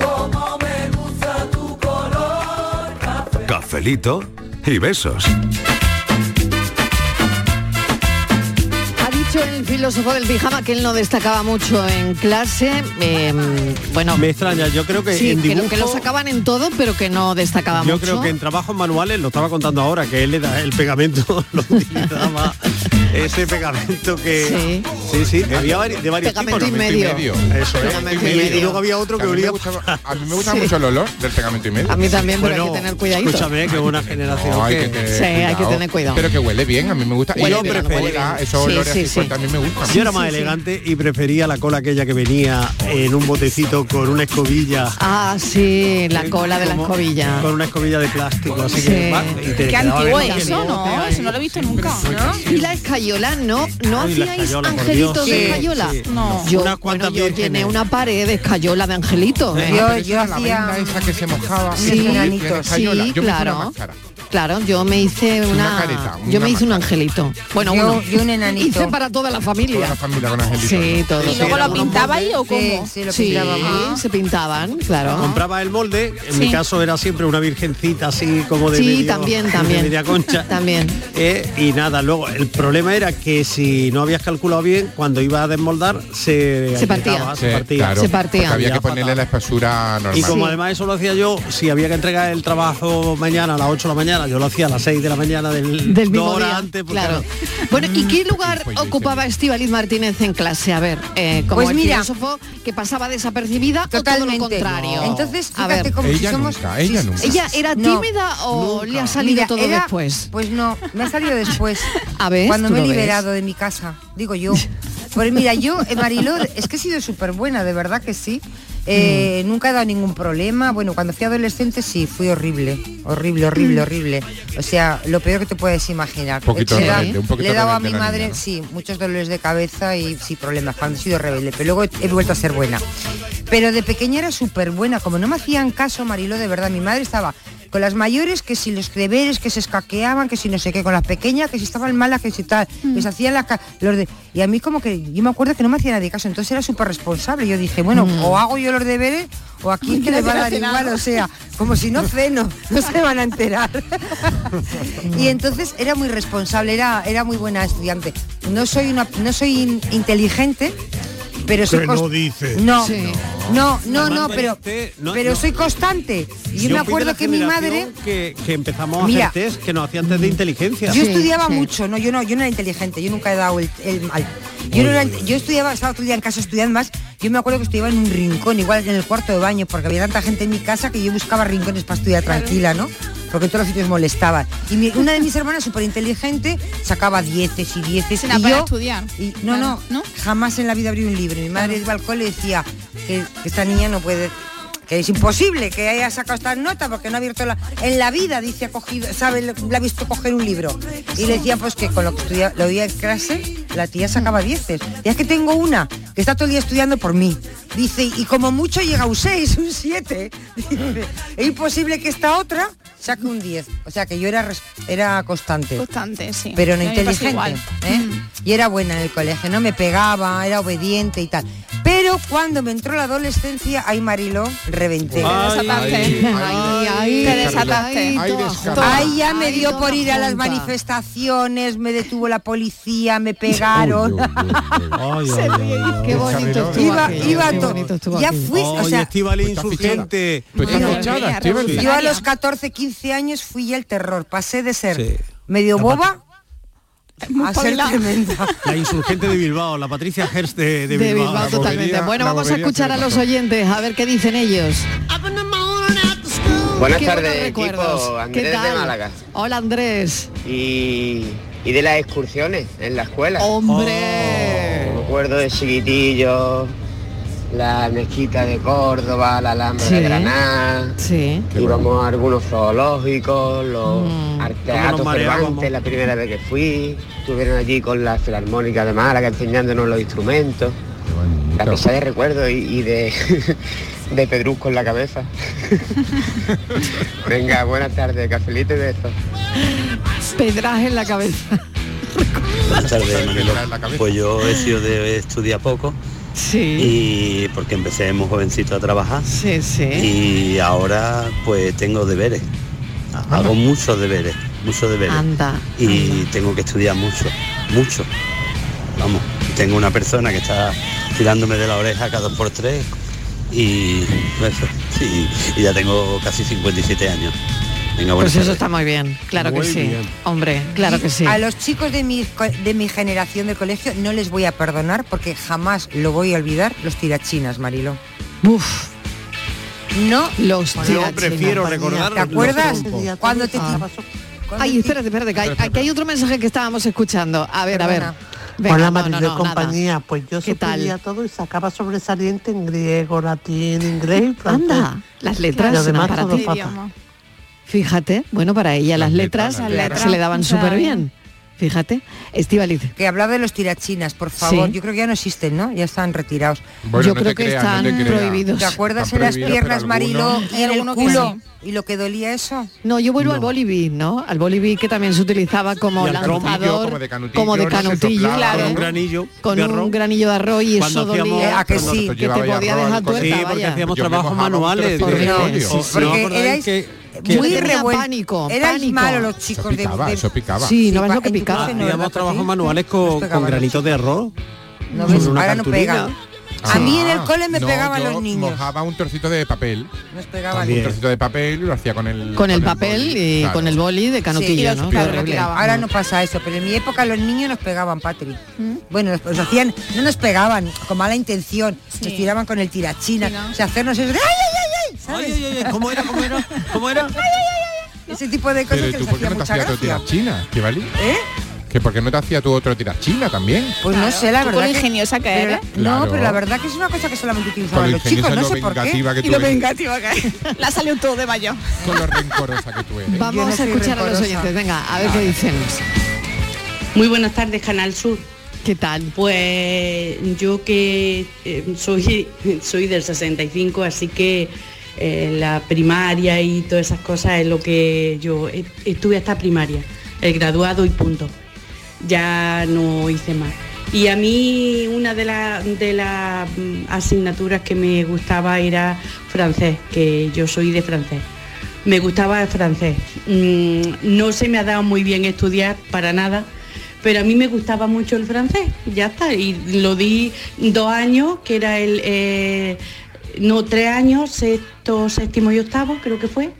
[SPEAKER 4] Como me gusta tu color.
[SPEAKER 20] Cafelito y besos.
[SPEAKER 5] Ha dicho el filósofo del pijama que él no destacaba mucho en clase. eh, bueno,
[SPEAKER 9] Me extraña, yo creo que
[SPEAKER 5] sí,
[SPEAKER 9] en
[SPEAKER 5] que lo-
[SPEAKER 9] dibujo...
[SPEAKER 5] que lo sacaban en todo, pero que no destacaba
[SPEAKER 9] Yo
[SPEAKER 5] mucho.
[SPEAKER 9] creo que en trabajos manuales, lo estaba contando ahora, que él le da el pegamento, lo utilizaba ese pegamento que... Sí, sí, había vari- de varios
[SPEAKER 5] Pegamento
[SPEAKER 9] tipos.
[SPEAKER 5] y Pegamento y medio. medio.
[SPEAKER 9] Eso es.
[SPEAKER 5] Pegamento y
[SPEAKER 9] Y
[SPEAKER 5] medio.
[SPEAKER 9] luego había otro que
[SPEAKER 10] ¿eh? A mí me
[SPEAKER 9] olía...
[SPEAKER 10] gustaba- a mí me gusta mucho el olor del pegamento y medio.
[SPEAKER 5] A mí también, pero hay que tener cuidadito.
[SPEAKER 9] Escúchame, que una generación
[SPEAKER 10] hay
[SPEAKER 9] que-
[SPEAKER 10] que tener
[SPEAKER 5] Sí, hay que
[SPEAKER 10] cuidado.
[SPEAKER 5] tener cuidado.
[SPEAKER 10] Pero que huele bien, a mí me gusta. Y
[SPEAKER 9] Huele
[SPEAKER 10] yo
[SPEAKER 9] bien, huele
[SPEAKER 10] prefería
[SPEAKER 9] bien.
[SPEAKER 10] esos
[SPEAKER 9] Sí,
[SPEAKER 10] olores
[SPEAKER 9] sí,
[SPEAKER 10] así,
[SPEAKER 9] sí.
[SPEAKER 10] pues, a mí me gusta.
[SPEAKER 9] Yo era más elegante y prefería la cola aquella que venía en un botecito con una escobilla.
[SPEAKER 5] Ah, sí, la cola de la escobilla.
[SPEAKER 9] Con una escobilla de plástico, así
[SPEAKER 5] Sí.
[SPEAKER 9] que... va, y te
[SPEAKER 11] Qué
[SPEAKER 9] quedaba
[SPEAKER 11] antiguo
[SPEAKER 9] bien.
[SPEAKER 11] eso, ¿no? Eso no lo he visto nunca.
[SPEAKER 5] Y la escayola, ¿no? ¿No
[SPEAKER 9] Ay, la
[SPEAKER 5] hacíais
[SPEAKER 9] escayola, por
[SPEAKER 5] angelitos
[SPEAKER 9] Dios.
[SPEAKER 5] de
[SPEAKER 9] Sí,
[SPEAKER 5] escayola?
[SPEAKER 9] sí.
[SPEAKER 5] No.
[SPEAKER 9] No.
[SPEAKER 5] Yo,
[SPEAKER 9] Unas
[SPEAKER 5] bueno,
[SPEAKER 9] cuantas
[SPEAKER 5] yo
[SPEAKER 9] vírgenes.
[SPEAKER 5] llené una pared de escayola de angelitos. ¿eh?
[SPEAKER 10] Yo, yo hacía esa que se mojaba.
[SPEAKER 5] Sí,
[SPEAKER 10] tiene
[SPEAKER 5] enanitos.
[SPEAKER 10] escayola.
[SPEAKER 5] Sí,
[SPEAKER 10] yo me hice una
[SPEAKER 5] claro.
[SPEAKER 10] máscara.
[SPEAKER 5] Claro, yo me hice una,
[SPEAKER 10] careta,
[SPEAKER 5] yo
[SPEAKER 10] una
[SPEAKER 5] me hice un angelito. Bueno,
[SPEAKER 10] Yo-
[SPEAKER 5] uno.
[SPEAKER 10] yo un enanito.
[SPEAKER 5] Hice para toda la familia.
[SPEAKER 10] Toda la familia con angelitos.
[SPEAKER 5] Sí, todo.
[SPEAKER 11] ¿Y luego lo pintaba ahí o cómo?
[SPEAKER 5] Sí,
[SPEAKER 11] Ah.
[SPEAKER 5] se pintaban, claro.
[SPEAKER 9] Compraba el molde, en
[SPEAKER 5] Sí.
[SPEAKER 9] mi caso era siempre una virgencita así como de
[SPEAKER 5] Sí,
[SPEAKER 9] medio-
[SPEAKER 5] también,
[SPEAKER 9] de
[SPEAKER 5] también.
[SPEAKER 9] media concha.
[SPEAKER 5] También.
[SPEAKER 9] Eh, y nada, luego el problema era que si no habías calculado bien, cuando iba a desmoldar se,
[SPEAKER 5] Se partía.
[SPEAKER 9] agrietaba,
[SPEAKER 10] Sí,
[SPEAKER 9] se partía.
[SPEAKER 10] claro, porque había que ponerle la espesura normal.
[SPEAKER 9] Y como además eso lo hacía yo, si había que entregar el trabajo mañana a las 8 de la mañana, yo lo hacía a las 6 de la mañana del,
[SPEAKER 5] Del mismo
[SPEAKER 9] dos horas
[SPEAKER 5] día,
[SPEAKER 9] antes. porque
[SPEAKER 5] claro. Bueno, ¿y qué lugar ocupaba Estivaliz Martínez en clase? A ver, eh, como
[SPEAKER 6] Pues
[SPEAKER 5] el
[SPEAKER 6] mira,
[SPEAKER 5] filósofo que pasaba desapercibida o todo lo contrario.
[SPEAKER 6] Entonces, fíjate
[SPEAKER 5] ver.
[SPEAKER 6] como si
[SPEAKER 10] Ella
[SPEAKER 6] somos...
[SPEAKER 10] nunca, ella
[SPEAKER 6] sí,
[SPEAKER 10] nunca.
[SPEAKER 5] ¿Ella era
[SPEAKER 6] No,
[SPEAKER 5] tímida o le ha salido
[SPEAKER 6] Mira,
[SPEAKER 5] todo
[SPEAKER 6] era-
[SPEAKER 5] después?
[SPEAKER 6] Pues no, me ha salido después.
[SPEAKER 5] A ver,
[SPEAKER 6] Cuando
[SPEAKER 5] tú
[SPEAKER 6] me he
[SPEAKER 5] lo ves.
[SPEAKER 6] liberado de mi casa, digo yo. Pues mira, yo, eh, Mariló, es que he sido súper buena, de verdad que sí.
[SPEAKER 5] Mm.
[SPEAKER 6] Eh, Nunca he dado ningún problema. Bueno, cuando fui adolescente sí, fui horrible. Horrible, horrible,
[SPEAKER 5] Mm.
[SPEAKER 6] horrible. O sea, lo peor que te puedes imaginar.
[SPEAKER 10] Poquito
[SPEAKER 6] Le he dado-
[SPEAKER 10] rebelde, un poquito
[SPEAKER 6] le he dado a mi
[SPEAKER 10] rebelde la
[SPEAKER 6] madre,
[SPEAKER 10] niña, ¿no?
[SPEAKER 6] sí, muchos dolores de cabeza y sí, problemas. Cuando he sido rebelde, pero luego he vuelto a ser buena. Pero de pequeña era súper buena, como no me hacían caso, Marilo, de verdad, mi madre estaba con las mayores, que si los deberes, que se escaqueaban, que si no sé qué, con las pequeñas, que si estaban malas, que si tal, les hacían las... ca- Los de... Y a mí como que, yo me acuerdo que no me hacía nadie caso, entonces era súper responsable. Yo dije, bueno,
[SPEAKER 5] Mm.
[SPEAKER 6] o hago yo los deberes, o aquí que les va a dar
[SPEAKER 5] Nadie hace
[SPEAKER 6] igual,
[SPEAKER 5] nada.
[SPEAKER 6] o sea, como si no ceno, no se van a enterar. y entonces era muy responsable, era, era muy buena estudiante. No soy, una, no soy in- inteligente, pero soy
[SPEAKER 9] Que
[SPEAKER 6] cons-
[SPEAKER 9] no dices.
[SPEAKER 6] No,
[SPEAKER 9] Sí.
[SPEAKER 6] no, no,
[SPEAKER 9] Además,
[SPEAKER 6] no, pero,
[SPEAKER 9] parece- no,
[SPEAKER 6] pero
[SPEAKER 9] no.
[SPEAKER 6] soy constante. Y yo,
[SPEAKER 9] fui
[SPEAKER 6] me
[SPEAKER 9] de
[SPEAKER 6] acuerdo
[SPEAKER 9] la
[SPEAKER 6] que mi madre...
[SPEAKER 9] generación Que, que empezamos
[SPEAKER 6] Mira.
[SPEAKER 9] a hacer test que nos hacían test de inteligencia.
[SPEAKER 6] Yo estudiaba mucho, no, yo no, yo no era inteligente, yo nunca he dado el, el mal. Yo, no era- yo estudiaba, estaba todo el día en casa estudiando más. Yo me acuerdo que estudiaba en un rincón, igual en el cuarto de baño, porque había tanta gente en mi casa que yo buscaba rincones para estudiar tranquila, ¿no? Porque todos los sitios molestaban. Y mi- una de mis hermanas, súper inteligente, sacaba dieces y dieces.
[SPEAKER 11] Se
[SPEAKER 6] Y
[SPEAKER 11] la para
[SPEAKER 6] yo-
[SPEAKER 11] estudiar.
[SPEAKER 6] y, no,
[SPEAKER 11] Claro,
[SPEAKER 6] no, jamás en la vida abrí un libro. Mi madre iba al cole y decía que, que esta niña no puede, que es imposible que haya sacado estas notas porque no ha abierto la... En la vida, dice, ha cogido, sabe, lo- la ha visto coger un libro. Y le decía, pues que con lo que estudia, lo oía en clase, la tía sacaba dieces. Y es que tengo una que está todo el día estudiando por mí. Dice, y como mucho llega un 6, un 7. Dice, es imposible que esta otra saque un 10. O sea que yo era, res- era constante.
[SPEAKER 11] Constante, sí.
[SPEAKER 6] Pero no
[SPEAKER 11] A mí me pasa
[SPEAKER 6] inteligente.
[SPEAKER 11] igual. Mm.
[SPEAKER 6] ¿eh? Y era buena en el colegio, no me pegaba, era obediente y tal. Pero cuando me entró la adolescencia, ahí Marilo, reventé.
[SPEAKER 11] Ay, Te desataste. ay, ay, Ay, te desataste. ay,
[SPEAKER 6] Ahí
[SPEAKER 11] toda junta.
[SPEAKER 6] Ahí ya me
[SPEAKER 11] Ay,
[SPEAKER 6] dio
[SPEAKER 11] toda
[SPEAKER 6] por ir a las
[SPEAKER 11] junta.
[SPEAKER 6] manifestaciones, me detuvo la policía, me pegaron.
[SPEAKER 5] Qué bonito estuvo
[SPEAKER 6] Iba,
[SPEAKER 5] aquello,
[SPEAKER 6] iba
[SPEAKER 5] qué
[SPEAKER 6] to-
[SPEAKER 5] bonito estuvo
[SPEAKER 6] Ya
[SPEAKER 5] aquello.
[SPEAKER 6] fuiste, o
[SPEAKER 9] Oye,
[SPEAKER 6] sea,
[SPEAKER 9] Estíbaliz insurgente.
[SPEAKER 11] pues
[SPEAKER 6] yo a los 14, 15 años fui el terror, pasé de ser medio
[SPEAKER 9] La
[SPEAKER 6] boba a ser
[SPEAKER 5] espabilada.
[SPEAKER 6] tremenda.
[SPEAKER 9] La insurgente de Bilbao, la Patricia Herst de, de
[SPEAKER 5] De
[SPEAKER 9] Bilbao.
[SPEAKER 5] Bilbao, totalmente. Bueno, vamos a escuchar a los oyentes, a ver qué dicen ellos.
[SPEAKER 12] Buenas
[SPEAKER 5] Qué
[SPEAKER 12] tardes,
[SPEAKER 5] buenos recuerdos.
[SPEAKER 12] equipo.
[SPEAKER 5] ¿Qué
[SPEAKER 12] Andrés de
[SPEAKER 5] tal?
[SPEAKER 12] Málaga.
[SPEAKER 5] Hola, Andrés.
[SPEAKER 12] Y y de las excursiones en la escuela.
[SPEAKER 5] ¡Hombre!
[SPEAKER 12] me acuerdo de chiquitillo, la mezquita de Córdoba, la Alhambra
[SPEAKER 5] Sí.
[SPEAKER 12] de Granada.
[SPEAKER 5] Sí. Mm.
[SPEAKER 12] Íbamos a algunos zoológicos, los al teatro
[SPEAKER 5] mareábamos.
[SPEAKER 12] Cervantes, la primera vez que fui. Estuvieron allí con la Filarmónica de Málaga enseñándonos los instrumentos. La pesada de recuerdos y, y de, de pedrusco en la cabeza. Venga, buenas tardes, cafelito y besos.
[SPEAKER 5] Pedraje en la cabeza.
[SPEAKER 25] Buenas tardes, Manolo. Pues yo he sido de estudiar poco. Y porque empecé muy jovencito a trabajar.
[SPEAKER 5] Sí, sí.
[SPEAKER 25] Y ahora pues tengo deberes.
[SPEAKER 5] Ah.
[SPEAKER 25] Hago muchos deberes, muchos deberes.
[SPEAKER 5] Anda.
[SPEAKER 25] Y tengo que estudiar mucho, mucho. Vamos, tengo una persona que está tirándome de la oreja cada dos por tres. Y eso, sí, y ya tengo casi 57 años. Venga, buenas
[SPEAKER 5] Pues eso
[SPEAKER 25] tardes.
[SPEAKER 5] está muy bien, claro
[SPEAKER 25] Muy
[SPEAKER 5] que sí.
[SPEAKER 25] bien.
[SPEAKER 5] Hombre, claro que sí.
[SPEAKER 6] A los chicos de mi, co- de mi generación de colegio no les voy a perdonar porque jamás lo voy a olvidar los tirachinas, Marilo.
[SPEAKER 5] Uf.
[SPEAKER 6] No
[SPEAKER 5] los
[SPEAKER 6] tirachinas. ¿Te acuerdas? Cuando te
[SPEAKER 5] Ah. Ay, espérate, espérate, que hay, que hay otro mensaje que estábamos escuchando. A ver, a ver. Venga, no,
[SPEAKER 26] Hola
[SPEAKER 5] no,
[SPEAKER 26] Marilo
[SPEAKER 5] no,
[SPEAKER 26] y
[SPEAKER 5] nada.
[SPEAKER 26] compañía, pues yo
[SPEAKER 5] ¿Qué tal?
[SPEAKER 26] suspendía todo y sacaba sobresaliente en griego, latín, inglés y francés.
[SPEAKER 5] Anda, las letras
[SPEAKER 26] Y
[SPEAKER 5] eran
[SPEAKER 26] además
[SPEAKER 5] para
[SPEAKER 26] todos
[SPEAKER 5] ti.
[SPEAKER 26] papas.
[SPEAKER 5] Fíjate, bueno, para ella las, letras,
[SPEAKER 6] letras, las
[SPEAKER 5] se
[SPEAKER 6] letras.
[SPEAKER 5] le daban súper bien. Fíjate, Estivaliz.
[SPEAKER 6] Que hablaba de los tirachinas, por favor.
[SPEAKER 5] Sí.
[SPEAKER 6] Yo creo que ya no existen, ¿no? Ya están retirados.
[SPEAKER 5] Bueno, Yo no creo te que creas, no están te creas. prohibidos.
[SPEAKER 6] ¿Te acuerdas
[SPEAKER 5] Están
[SPEAKER 6] en las
[SPEAKER 5] prohibidos,
[SPEAKER 6] piernas,
[SPEAKER 5] pero
[SPEAKER 6] Marilo,
[SPEAKER 5] algunos-
[SPEAKER 6] y en
[SPEAKER 5] Hay
[SPEAKER 6] el
[SPEAKER 5] alguno que
[SPEAKER 6] culo? ¿Y lo que dolía eso?
[SPEAKER 5] No, yo vuelvo al boliví, ¿no? Al boliví que también se utilizaba como
[SPEAKER 6] Y al
[SPEAKER 5] lanzador,
[SPEAKER 6] canutillo,
[SPEAKER 5] como de canutillo,
[SPEAKER 6] ¿no? Se soplaba
[SPEAKER 5] claro.
[SPEAKER 6] con un
[SPEAKER 9] granillo
[SPEAKER 5] con
[SPEAKER 9] de
[SPEAKER 5] un
[SPEAKER 9] arroz.
[SPEAKER 5] granillo de arroz y
[SPEAKER 9] Cuando
[SPEAKER 5] eso dolía.
[SPEAKER 9] hacíamos- Ah, cuando
[SPEAKER 5] Ah, que te
[SPEAKER 9] llevaba ya
[SPEAKER 5] podía
[SPEAKER 9] arroz
[SPEAKER 5] dejar
[SPEAKER 9] al colegio.
[SPEAKER 5] tuerta,
[SPEAKER 9] Sí, porque
[SPEAKER 5] vaya.
[SPEAKER 9] hacíamos trabajos manuales.
[SPEAKER 5] Por
[SPEAKER 9] de-
[SPEAKER 5] Dios,
[SPEAKER 9] de-
[SPEAKER 5] sí,
[SPEAKER 9] ¿os-
[SPEAKER 5] sí.
[SPEAKER 9] ¿no
[SPEAKER 5] Porque
[SPEAKER 9] acordáis
[SPEAKER 5] erais
[SPEAKER 9] que- que-
[SPEAKER 5] muy revueltos. Pánico,
[SPEAKER 6] Erais
[SPEAKER 5] pánico.
[SPEAKER 6] malos los chicos de-
[SPEAKER 9] picaba,
[SPEAKER 6] de...
[SPEAKER 9] eso picaba.
[SPEAKER 5] Sí, no ves lo que picaba.
[SPEAKER 9] Hacíamos trabajos Ah, manuales con, con granitos de arroz.
[SPEAKER 6] No
[SPEAKER 9] sobre
[SPEAKER 6] ves,
[SPEAKER 9] una
[SPEAKER 6] ahora no
[SPEAKER 9] cartulina.
[SPEAKER 6] pegan. A mí en el cole me pegaban los niños.
[SPEAKER 10] Ah. Mojaba un trocito de papel.
[SPEAKER 6] Nos pegaban.
[SPEAKER 10] Un trocito de papel y lo hacía con el
[SPEAKER 5] Con el papel y
[SPEAKER 10] Claro.
[SPEAKER 5] con el boli de canutillo,
[SPEAKER 6] Sí,
[SPEAKER 5] ¿no?
[SPEAKER 6] los-
[SPEAKER 5] Qué horrible. Mm.
[SPEAKER 6] Ahora no pasa eso, pero en mi época los niños nos pegaban, Patri. Bueno, nos, nos hacían, no nos pegaban con mala intención, nos tiraban con el tirachina, o sea, hacernos eso de, ¡ay, ay, ay, ay! ¿sabes?
[SPEAKER 9] ¿Cómo era, cómo era, cómo era?
[SPEAKER 6] Ese tipo de cosas
[SPEAKER 10] Pero ¿y
[SPEAKER 6] que
[SPEAKER 10] tú
[SPEAKER 6] les
[SPEAKER 10] por qué
[SPEAKER 6] hacía
[SPEAKER 10] no
[SPEAKER 6] mucha
[SPEAKER 10] te hacías tu
[SPEAKER 6] gracia.
[SPEAKER 10] tiras china, Estivali?
[SPEAKER 6] ¿Eh?
[SPEAKER 10] ¿Que por qué no te hacías tu otro tiras china también?
[SPEAKER 6] Pues no sé, la
[SPEAKER 11] tú con
[SPEAKER 6] verdad.
[SPEAKER 11] lo ingeniosa que
[SPEAKER 6] pero-
[SPEAKER 11] eres.
[SPEAKER 10] Claro.
[SPEAKER 6] No, pero la verdad que es una cosa que solamente
[SPEAKER 10] Con
[SPEAKER 6] utilizaban
[SPEAKER 10] lo
[SPEAKER 6] los chicos,
[SPEAKER 10] ingeniosa y
[SPEAKER 6] no
[SPEAKER 10] lo
[SPEAKER 6] sé por qué.
[SPEAKER 10] vengativa que Y tú lo eres.
[SPEAKER 11] vengativa que La salió todo de mayor.
[SPEAKER 10] Con lo rencorosa que tú eres.
[SPEAKER 5] Vamos a escuchar a los oyentes, venga, a ver qué dicen.
[SPEAKER 27] Muy buenas tardes, Canal Sur.
[SPEAKER 5] ¿Qué tal?
[SPEAKER 27] Pues yo que eh, soy, soy del 65, así que eh, la primaria y todas esas cosas es lo que yo e- estuve hasta primaria, el graduado y punto. Ya no hice más. Y a mí una de las de las mm, asignaturas que me gustaba era francés, que yo soy de francés. Me gustaba el francés. Mm, no se me ha dado muy bien estudiar para nada, pero a mí me gustaba mucho el francés, ya está. Y lo di dos años, que era el, eh, no, tres años, sexto, séptimo y octavo, creo que fue,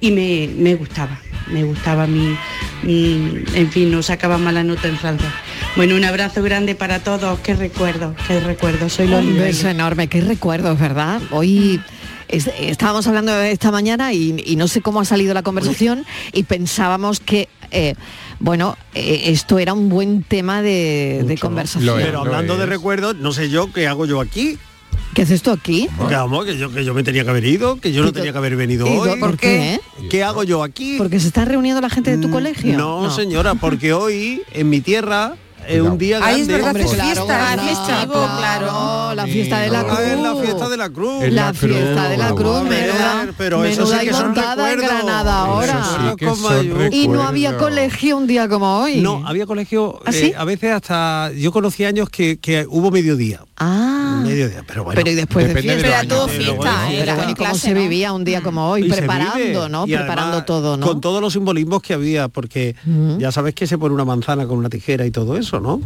[SPEAKER 27] y me, me gustaba, me gustaba mi, mi- en fin, no sacaba mala nota en francés. Bueno, un abrazo grande para todos, qué recuerdo, qué recuerdo, soy Loli.
[SPEAKER 5] Un
[SPEAKER 27] Reyes.
[SPEAKER 5] beso enorme, qué recuerdos, ¿verdad? Hoy es- estábamos hablando esta mañana y, y no sé cómo ha salido la conversación y pensábamos que, eh, bueno, eh, esto era un buen tema de, de conversación.
[SPEAKER 9] Pero hablando de recuerdos, no sé yo qué hago yo aquí.
[SPEAKER 5] ¿Qué haces tú aquí?
[SPEAKER 9] Porque vamos, que yo, que yo me tenía que haber ido, que yo no tenía que haber venido
[SPEAKER 5] ¿Y
[SPEAKER 9] hoy.
[SPEAKER 5] por qué?
[SPEAKER 9] ¿Qué hago yo aquí? Mm,
[SPEAKER 5] Porque se está reuniendo la gente de tu colegio.
[SPEAKER 9] No, señora, porque hoy en mi tierra es un día grande.
[SPEAKER 5] Ahí es verdad que es
[SPEAKER 9] Hombre,
[SPEAKER 5] fiesta,
[SPEAKER 9] claro,
[SPEAKER 5] es fiesta.
[SPEAKER 9] claro.
[SPEAKER 5] claro, la fiesta de la cruz.
[SPEAKER 9] Ah, es la fiesta de la cruz.
[SPEAKER 5] Es la La cruz. fiesta de la cruz,
[SPEAKER 9] Hombre,
[SPEAKER 5] menuda-
[SPEAKER 9] pero eso
[SPEAKER 5] menuda
[SPEAKER 9] sí que son
[SPEAKER 5] montada en
[SPEAKER 9] recuerdos.
[SPEAKER 5] Granada ahora. y no había colegio un día como hoy.
[SPEAKER 9] No, había colegio
[SPEAKER 5] ¿Ah,
[SPEAKER 9] eh,
[SPEAKER 5] sí?
[SPEAKER 9] a veces hasta yo conocí años que, que hubo mediodía.
[SPEAKER 5] Ah.
[SPEAKER 9] Mediodía, pero bueno.
[SPEAKER 5] Pero y después de fiesta. ¿eh? Pero bueno, ¿y ¿Cómo se
[SPEAKER 9] ¿no?
[SPEAKER 5] vivía un día como hoy?
[SPEAKER 9] Y se
[SPEAKER 5] preparando,
[SPEAKER 9] vive.
[SPEAKER 5] ¿no?
[SPEAKER 9] Y
[SPEAKER 5] preparando
[SPEAKER 9] además,
[SPEAKER 5] todo, ¿no?
[SPEAKER 9] Con todos los simbolismos que había, porque ya sabes que se pone una manzana con una tijera y todo eso, ¿no?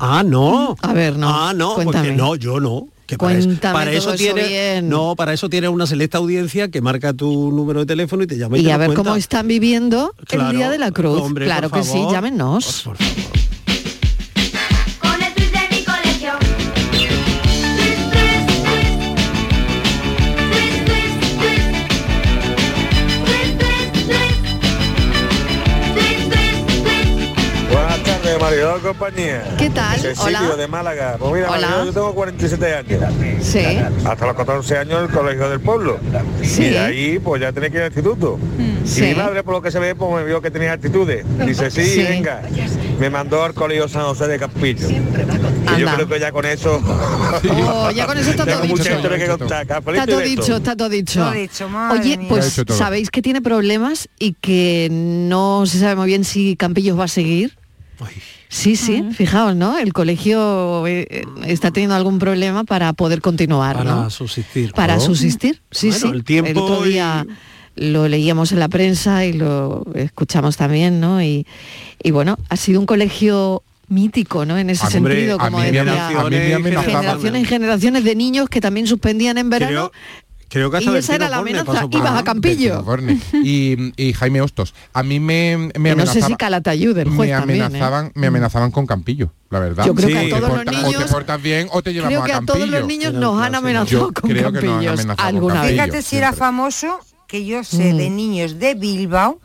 [SPEAKER 9] Ah, no.
[SPEAKER 5] A ver, no.
[SPEAKER 9] Ah, no, porque
[SPEAKER 5] Cuéntame.
[SPEAKER 9] no, yo no. Que para eso,
[SPEAKER 5] Cuéntame
[SPEAKER 9] para
[SPEAKER 5] todo
[SPEAKER 9] eso
[SPEAKER 5] eso
[SPEAKER 9] tiene-
[SPEAKER 5] bien.
[SPEAKER 9] no, para eso tienes una selecta audiencia que marca tu número de teléfono y te llama y,
[SPEAKER 5] Y
[SPEAKER 9] te
[SPEAKER 5] a
[SPEAKER 9] lo
[SPEAKER 5] ver
[SPEAKER 9] cuenta.
[SPEAKER 5] cómo están viviendo el
[SPEAKER 9] Claro,
[SPEAKER 5] Día de la Cruz.
[SPEAKER 9] hombre,
[SPEAKER 5] claro
[SPEAKER 9] por
[SPEAKER 5] que sí,
[SPEAKER 9] favor.
[SPEAKER 5] llámenos.
[SPEAKER 4] Con el twist de mi colegio.
[SPEAKER 28] Buenas tardes,
[SPEAKER 1] mejor compañía.
[SPEAKER 5] ¿Qué tal?
[SPEAKER 1] Cecilio
[SPEAKER 5] Hola.
[SPEAKER 1] de Málaga. Pues mira,
[SPEAKER 5] Hola.
[SPEAKER 1] Mariló, yo tengo 47 años.
[SPEAKER 5] Sí.
[SPEAKER 1] Hasta los 14 años en el colegio del pueblo.
[SPEAKER 5] Sí.
[SPEAKER 1] Y de ahí pues ya tenés que ir al instituto. Y
[SPEAKER 5] Sí.
[SPEAKER 1] mi madre por lo que se ve pues me vio que tenía actitudes. Dice, sí,
[SPEAKER 5] Sí.
[SPEAKER 1] venga. Me mandó al colegio San José de Campillo. Y yo creo que ya con eso.
[SPEAKER 5] Oh, ya con eso está
[SPEAKER 1] Tengo
[SPEAKER 5] todo
[SPEAKER 1] mucha
[SPEAKER 5] dicho.
[SPEAKER 1] historia que contar. Cafelito
[SPEAKER 5] Está
[SPEAKER 1] y
[SPEAKER 5] todo
[SPEAKER 1] besos.
[SPEAKER 5] dicho, está todo dicho.
[SPEAKER 1] Todo dicho, madre
[SPEAKER 5] Oye,
[SPEAKER 1] mía.
[SPEAKER 5] pues
[SPEAKER 1] Está dicho todo.
[SPEAKER 5] sabéis que tiene problemas y que no se sabe muy bien si Campillos va a seguir. Sí, sí, fijaos, ¿no? El colegio eh, eh, está teniendo algún problema para poder continuar,
[SPEAKER 9] Para
[SPEAKER 5] ¿no?
[SPEAKER 9] subsistir.
[SPEAKER 5] Para
[SPEAKER 9] ¿no?
[SPEAKER 5] subsistir, sí,
[SPEAKER 9] Bueno,
[SPEAKER 5] sí.
[SPEAKER 9] el tiempo
[SPEAKER 5] otro
[SPEAKER 9] y-
[SPEAKER 5] día lo leíamos en la prensa y lo escuchamos también, ¿no? Y, y bueno, ha sido un colegio mítico, ¿no? En ese
[SPEAKER 10] Ah, Hombre,
[SPEAKER 5] sentido,
[SPEAKER 10] a
[SPEAKER 5] como
[SPEAKER 10] mí me
[SPEAKER 5] decía,
[SPEAKER 10] amenazaban, a mí me amenazaban.
[SPEAKER 5] generaciones y generaciones de niños que también suspendían en verano.
[SPEAKER 9] Creo
[SPEAKER 5] que hasta Y esa era la
[SPEAKER 10] Borne
[SPEAKER 5] amenaza,
[SPEAKER 10] pasó por-
[SPEAKER 5] ibas a Campillo.
[SPEAKER 10] Delfino Borne. Y, y Jaime Hostos. A mí me, me
[SPEAKER 5] que no sé
[SPEAKER 10] amenazaba-
[SPEAKER 5] si Calatayud, el juez
[SPEAKER 10] me
[SPEAKER 5] también, ¿eh?
[SPEAKER 10] amenazaban, me amenazaban con Campillo, la verdad.
[SPEAKER 5] Yo creo que a
[SPEAKER 10] Te
[SPEAKER 5] todos los
[SPEAKER 10] porta- O
[SPEAKER 5] niños-
[SPEAKER 10] te portas bien o te llevamos
[SPEAKER 5] Creo que a todos
[SPEAKER 10] Campillo.
[SPEAKER 5] los niños nos han
[SPEAKER 10] Yo
[SPEAKER 5] amenazado con
[SPEAKER 10] creo que nos han
[SPEAKER 5] Campillos
[SPEAKER 10] amenazado con
[SPEAKER 5] alguna vez. Mm.
[SPEAKER 6] Fíjate si era famoso que yo sé de niños de Bilbao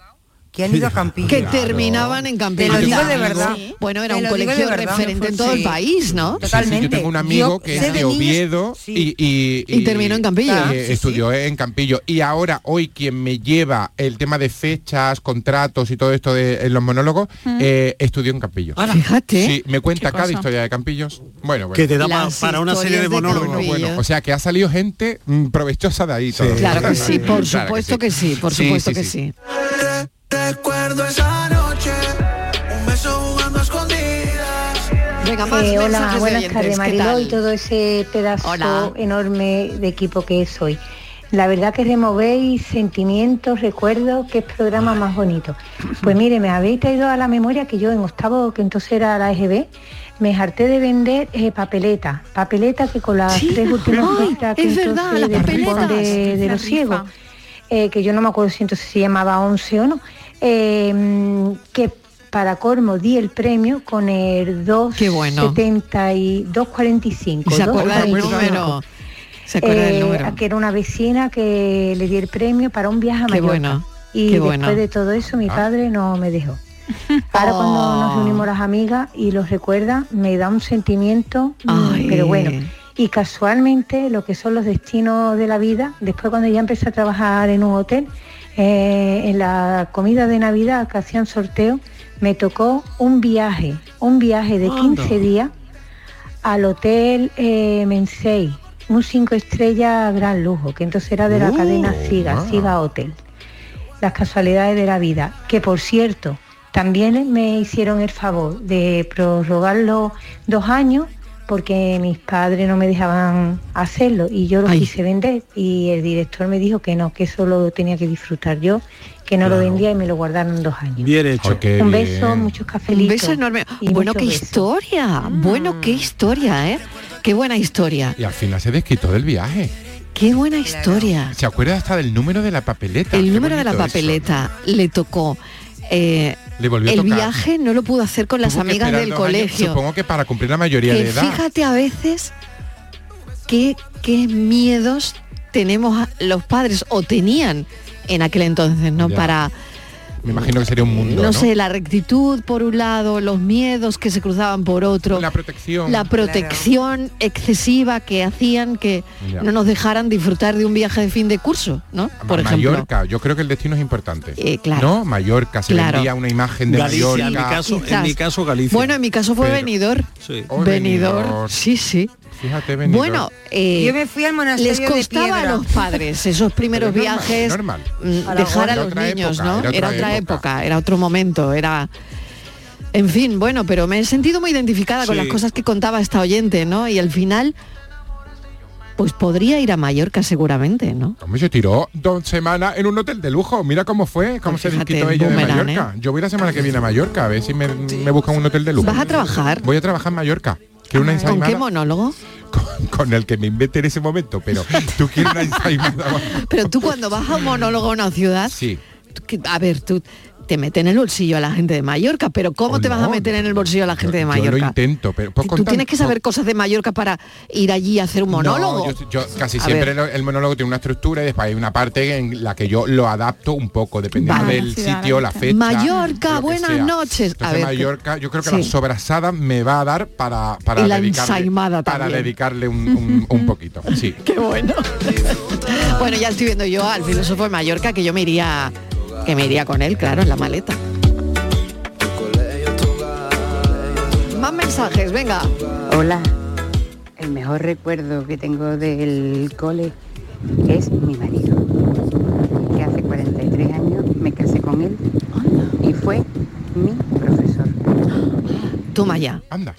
[SPEAKER 6] que han ido a Campillo.
[SPEAKER 5] que terminaban en
[SPEAKER 6] Te
[SPEAKER 5] Campillo.
[SPEAKER 6] lo digo de verdad. ¿eh?
[SPEAKER 5] Bueno, era
[SPEAKER 6] Te
[SPEAKER 5] un
[SPEAKER 6] lo digo de
[SPEAKER 5] colegio
[SPEAKER 6] verdad.
[SPEAKER 5] referente en todo el
[SPEAKER 6] Sí.
[SPEAKER 5] país, ¿no?
[SPEAKER 10] Sí, sí, yo tengo un amigo que
[SPEAKER 5] sé
[SPEAKER 10] es de
[SPEAKER 5] niños-
[SPEAKER 10] Oviedo y, y-
[SPEAKER 5] Y terminó en Campillo.
[SPEAKER 10] y,
[SPEAKER 5] Ah,
[SPEAKER 10] eh,
[SPEAKER 5] sí,
[SPEAKER 10] estudió en Campillo. Y ahora, hoy, quien me lleva el tema de fechas, contratos y todo esto de en los monólogos,
[SPEAKER 5] Mm.
[SPEAKER 10] eh, estudió en Campillo.
[SPEAKER 5] Fíjate.
[SPEAKER 10] Sí, me cuenta
[SPEAKER 5] Qué
[SPEAKER 10] cada
[SPEAKER 5] cosa.
[SPEAKER 10] historia de Campillos. Bueno, bueno.
[SPEAKER 9] Que te da pa- Las para una serie de historias de monólogos.
[SPEAKER 10] Bueno, bueno,
[SPEAKER 9] Campillo.
[SPEAKER 10] O sea, que ha salido gente mm, provechosa de ahí. todo.
[SPEAKER 5] Claro que sí, por
[SPEAKER 10] Claro
[SPEAKER 5] supuesto que sí, por
[SPEAKER 10] Sí,
[SPEAKER 5] supuesto
[SPEAKER 10] sí,
[SPEAKER 5] que
[SPEAKER 10] sí.
[SPEAKER 5] sí.
[SPEAKER 3] Recuerdo esa noche, un beso jugando a escondidas.
[SPEAKER 5] Venga,
[SPEAKER 28] Eh, hola, buenas tardes Mariló y todo ese pedazo Hola. enorme de equipo que es hoy. La verdad que removéis sentimientos, recuerdos, qué programa más bonito. Pues mire, me habéis traído a la memoria que yo en octavo, que entonces era la EGB, me harté de vender eh, papeletas, papeletas que con las tres últimas
[SPEAKER 5] Ay,
[SPEAKER 28] letras que
[SPEAKER 5] es verdad,
[SPEAKER 28] entonces
[SPEAKER 5] las
[SPEAKER 28] decían
[SPEAKER 5] papeletas.
[SPEAKER 28] de, de
[SPEAKER 5] La
[SPEAKER 28] los
[SPEAKER 5] rifa.
[SPEAKER 28] ciegos eh, que yo no me acuerdo si entonces se llamaba 11 o no, eh, que para Cormo di el premio con el 2,75.
[SPEAKER 5] Qué bueno.
[SPEAKER 28] 2,45.
[SPEAKER 5] ¿Se acuerda del
[SPEAKER 28] 2,45.
[SPEAKER 5] número? ¿Se acuerda del
[SPEAKER 28] Eh,
[SPEAKER 5] número?
[SPEAKER 28] a que era una vecina que le di el premio para un viaje a
[SPEAKER 5] Qué
[SPEAKER 28] Mallorca.
[SPEAKER 5] bueno,
[SPEAKER 28] Y
[SPEAKER 5] qué
[SPEAKER 28] después
[SPEAKER 5] bueno. Ah.
[SPEAKER 28] de todo eso mi padre no me dejó. Ahora cuando nos reunimos las amigas y los recuerda, me da un sentimiento, mm,
[SPEAKER 5] Ay.
[SPEAKER 28] pero bueno. Y casualmente lo que son los destinos de la vida, después cuando ya empecé a trabajar en un hotel, eh, en la comida de Navidad que hacían sorteo, me tocó un viaje, un viaje de 15 días al hotel eh, Mensei, un cinco estrellas gran lujo, que entonces era de la
[SPEAKER 14] Uh,
[SPEAKER 28] cadena Siga,
[SPEAKER 14] wow.
[SPEAKER 28] Siga Hotel. Las casualidades de la vida, que por cierto, también me hicieron el favor de prorrogarlo dos años porque mis padres no me dejaban hacerlo y yo lo
[SPEAKER 5] Ay.
[SPEAKER 28] quise vender y el director me dijo que no, que eso lo tenía que disfrutar yo, que no lo vendía y me lo guardaron dos años.
[SPEAKER 9] Bien hecho.
[SPEAKER 28] Un beso, muchos cafelitos.
[SPEAKER 5] Un beso enorme.
[SPEAKER 28] y
[SPEAKER 5] Bueno,
[SPEAKER 28] muchos
[SPEAKER 5] qué
[SPEAKER 28] besos.
[SPEAKER 5] historia. Bueno, qué historia, ¿eh? Qué buena historia.
[SPEAKER 10] Y al final se desquitó del viaje.
[SPEAKER 5] Qué buena historia.
[SPEAKER 10] ¿Se acuerda hasta del número de la papeleta? Qué
[SPEAKER 5] El número de la
[SPEAKER 10] bonito eso.
[SPEAKER 5] papeleta le tocó. eh,
[SPEAKER 10] Le volvió a
[SPEAKER 5] el
[SPEAKER 10] tocar.
[SPEAKER 5] viaje no lo pudo hacer con las
[SPEAKER 10] Tuvo que
[SPEAKER 5] amigas
[SPEAKER 10] esperar
[SPEAKER 5] del
[SPEAKER 10] dos años,
[SPEAKER 5] colegio.
[SPEAKER 10] supongo que para cumplir la mayoría
[SPEAKER 5] que
[SPEAKER 10] de edad.
[SPEAKER 5] fíjate a veces qué, qué miedos tenemos a- los padres o tenían en aquel entonces, ¿no?
[SPEAKER 10] Ya.
[SPEAKER 5] Para,
[SPEAKER 10] Me imagino que sería un mundo.
[SPEAKER 5] no,
[SPEAKER 10] No,
[SPEAKER 5] sé, la rectitud por un lado, los miedos que se cruzaban por otro. La
[SPEAKER 10] protección.
[SPEAKER 5] La protección excesiva que hacían que
[SPEAKER 10] Ya.
[SPEAKER 5] no nos dejaran disfrutar de un viaje de fin de curso, ¿no? Por
[SPEAKER 10] Ma-
[SPEAKER 5] ejemplo.
[SPEAKER 10] Mallorca, yo creo que el destino es importante.
[SPEAKER 5] Eh, claro.
[SPEAKER 10] No, Mallorca, se
[SPEAKER 5] Claro.
[SPEAKER 10] vendía una imagen de
[SPEAKER 9] Galicia,
[SPEAKER 10] Mallorca.
[SPEAKER 9] en mi caso- en
[SPEAKER 5] Quizás.
[SPEAKER 9] mi caso, Galicia.
[SPEAKER 5] Bueno, en mi caso fue
[SPEAKER 10] Pero-
[SPEAKER 5] venidor.
[SPEAKER 10] Oh,
[SPEAKER 5] venidor.
[SPEAKER 10] Benidorm.
[SPEAKER 5] Sí, sí.
[SPEAKER 10] Fíjate, Benidorm.
[SPEAKER 5] Bueno, eh, pues
[SPEAKER 6] Yo me fui al monasterio
[SPEAKER 5] les
[SPEAKER 6] de
[SPEAKER 5] costaba a
[SPEAKER 6] piedra.
[SPEAKER 5] los padres esos primeros
[SPEAKER 6] Pero es normal,
[SPEAKER 5] viajes
[SPEAKER 6] es normal.
[SPEAKER 5] mm,
[SPEAKER 6] A la
[SPEAKER 5] dejar
[SPEAKER 6] hora.
[SPEAKER 5] a
[SPEAKER 6] Era
[SPEAKER 5] los
[SPEAKER 6] otra
[SPEAKER 5] niños,
[SPEAKER 6] época,
[SPEAKER 5] ¿no? Era otra, época. era otro momento, era en fin, bueno, pero me he sentido muy identificada con
[SPEAKER 15] Sí.
[SPEAKER 5] las cosas que contaba esta oyente, ¿no? Y al final pues podría ir a Mallorca seguramente, ¿no?
[SPEAKER 10] Hombre, se tiró dos semanas en un hotel de lujo. Mira cómo fue, cómo se
[SPEAKER 5] fíjate,
[SPEAKER 10] desquitó
[SPEAKER 5] el
[SPEAKER 10] ella de
[SPEAKER 5] boomerang, ¿eh?
[SPEAKER 10] Mallorca. Yo voy la semana que viene a Mallorca, a ver si me, me buscan un hotel de lujo.
[SPEAKER 5] ¿Vas a trabajar? Ah,
[SPEAKER 10] Voy a trabajar en Mallorca. Quiero una
[SPEAKER 5] ¿Con qué
[SPEAKER 10] ensaimada
[SPEAKER 5] monólogo?
[SPEAKER 10] con, el que me invente en ese momento, pero tú quieres una ensaimada.
[SPEAKER 5] Pero tú cuando vas a un monólogo a una ciudad,
[SPEAKER 10] Sí.
[SPEAKER 5] tú que- a ver, tú te mete en el bolsillo a la gente de Mallorca, pero ¿cómo te vas a meter en el bolsillo a la gente de
[SPEAKER 10] Yo lo
[SPEAKER 5] Mallorca?
[SPEAKER 10] intento, pero pues,
[SPEAKER 5] Tú
[SPEAKER 10] contan-
[SPEAKER 5] tienes que saber cosas de Mallorca para ir allí a hacer un monólogo.
[SPEAKER 10] No, yo, yo casi
[SPEAKER 5] A
[SPEAKER 10] siempre
[SPEAKER 5] ver.
[SPEAKER 10] lo- el monólogo tiene una estructura y después hay una parte en la que yo lo adapto un poco, dependiendo
[SPEAKER 5] Vale.
[SPEAKER 10] Ah, del sitio, la fecha.
[SPEAKER 5] Mallorca, buenas
[SPEAKER 10] sea.
[SPEAKER 5] noches.
[SPEAKER 10] Entonces Mallorca, yo creo que la
[SPEAKER 5] Sí.
[SPEAKER 10] sobrasada me va a dar para, para
[SPEAKER 5] Y la
[SPEAKER 10] dedicarle,
[SPEAKER 5] ensaimada
[SPEAKER 10] para
[SPEAKER 5] también.
[SPEAKER 10] dedicarle un, un- un poquito. Sí.
[SPEAKER 5] Qué bueno. Bueno, ya estoy viendo yo al filósofo de Mallorca que yo me iría que me iría con él, claro, en la maleta. Más mensajes, venga.
[SPEAKER 7] Hola, el mejor recuerdo que tengo del cole es mi marido, que hace 43 años me casé con él y fue mi profesor.
[SPEAKER 5] Toma ya.
[SPEAKER 10] Anda.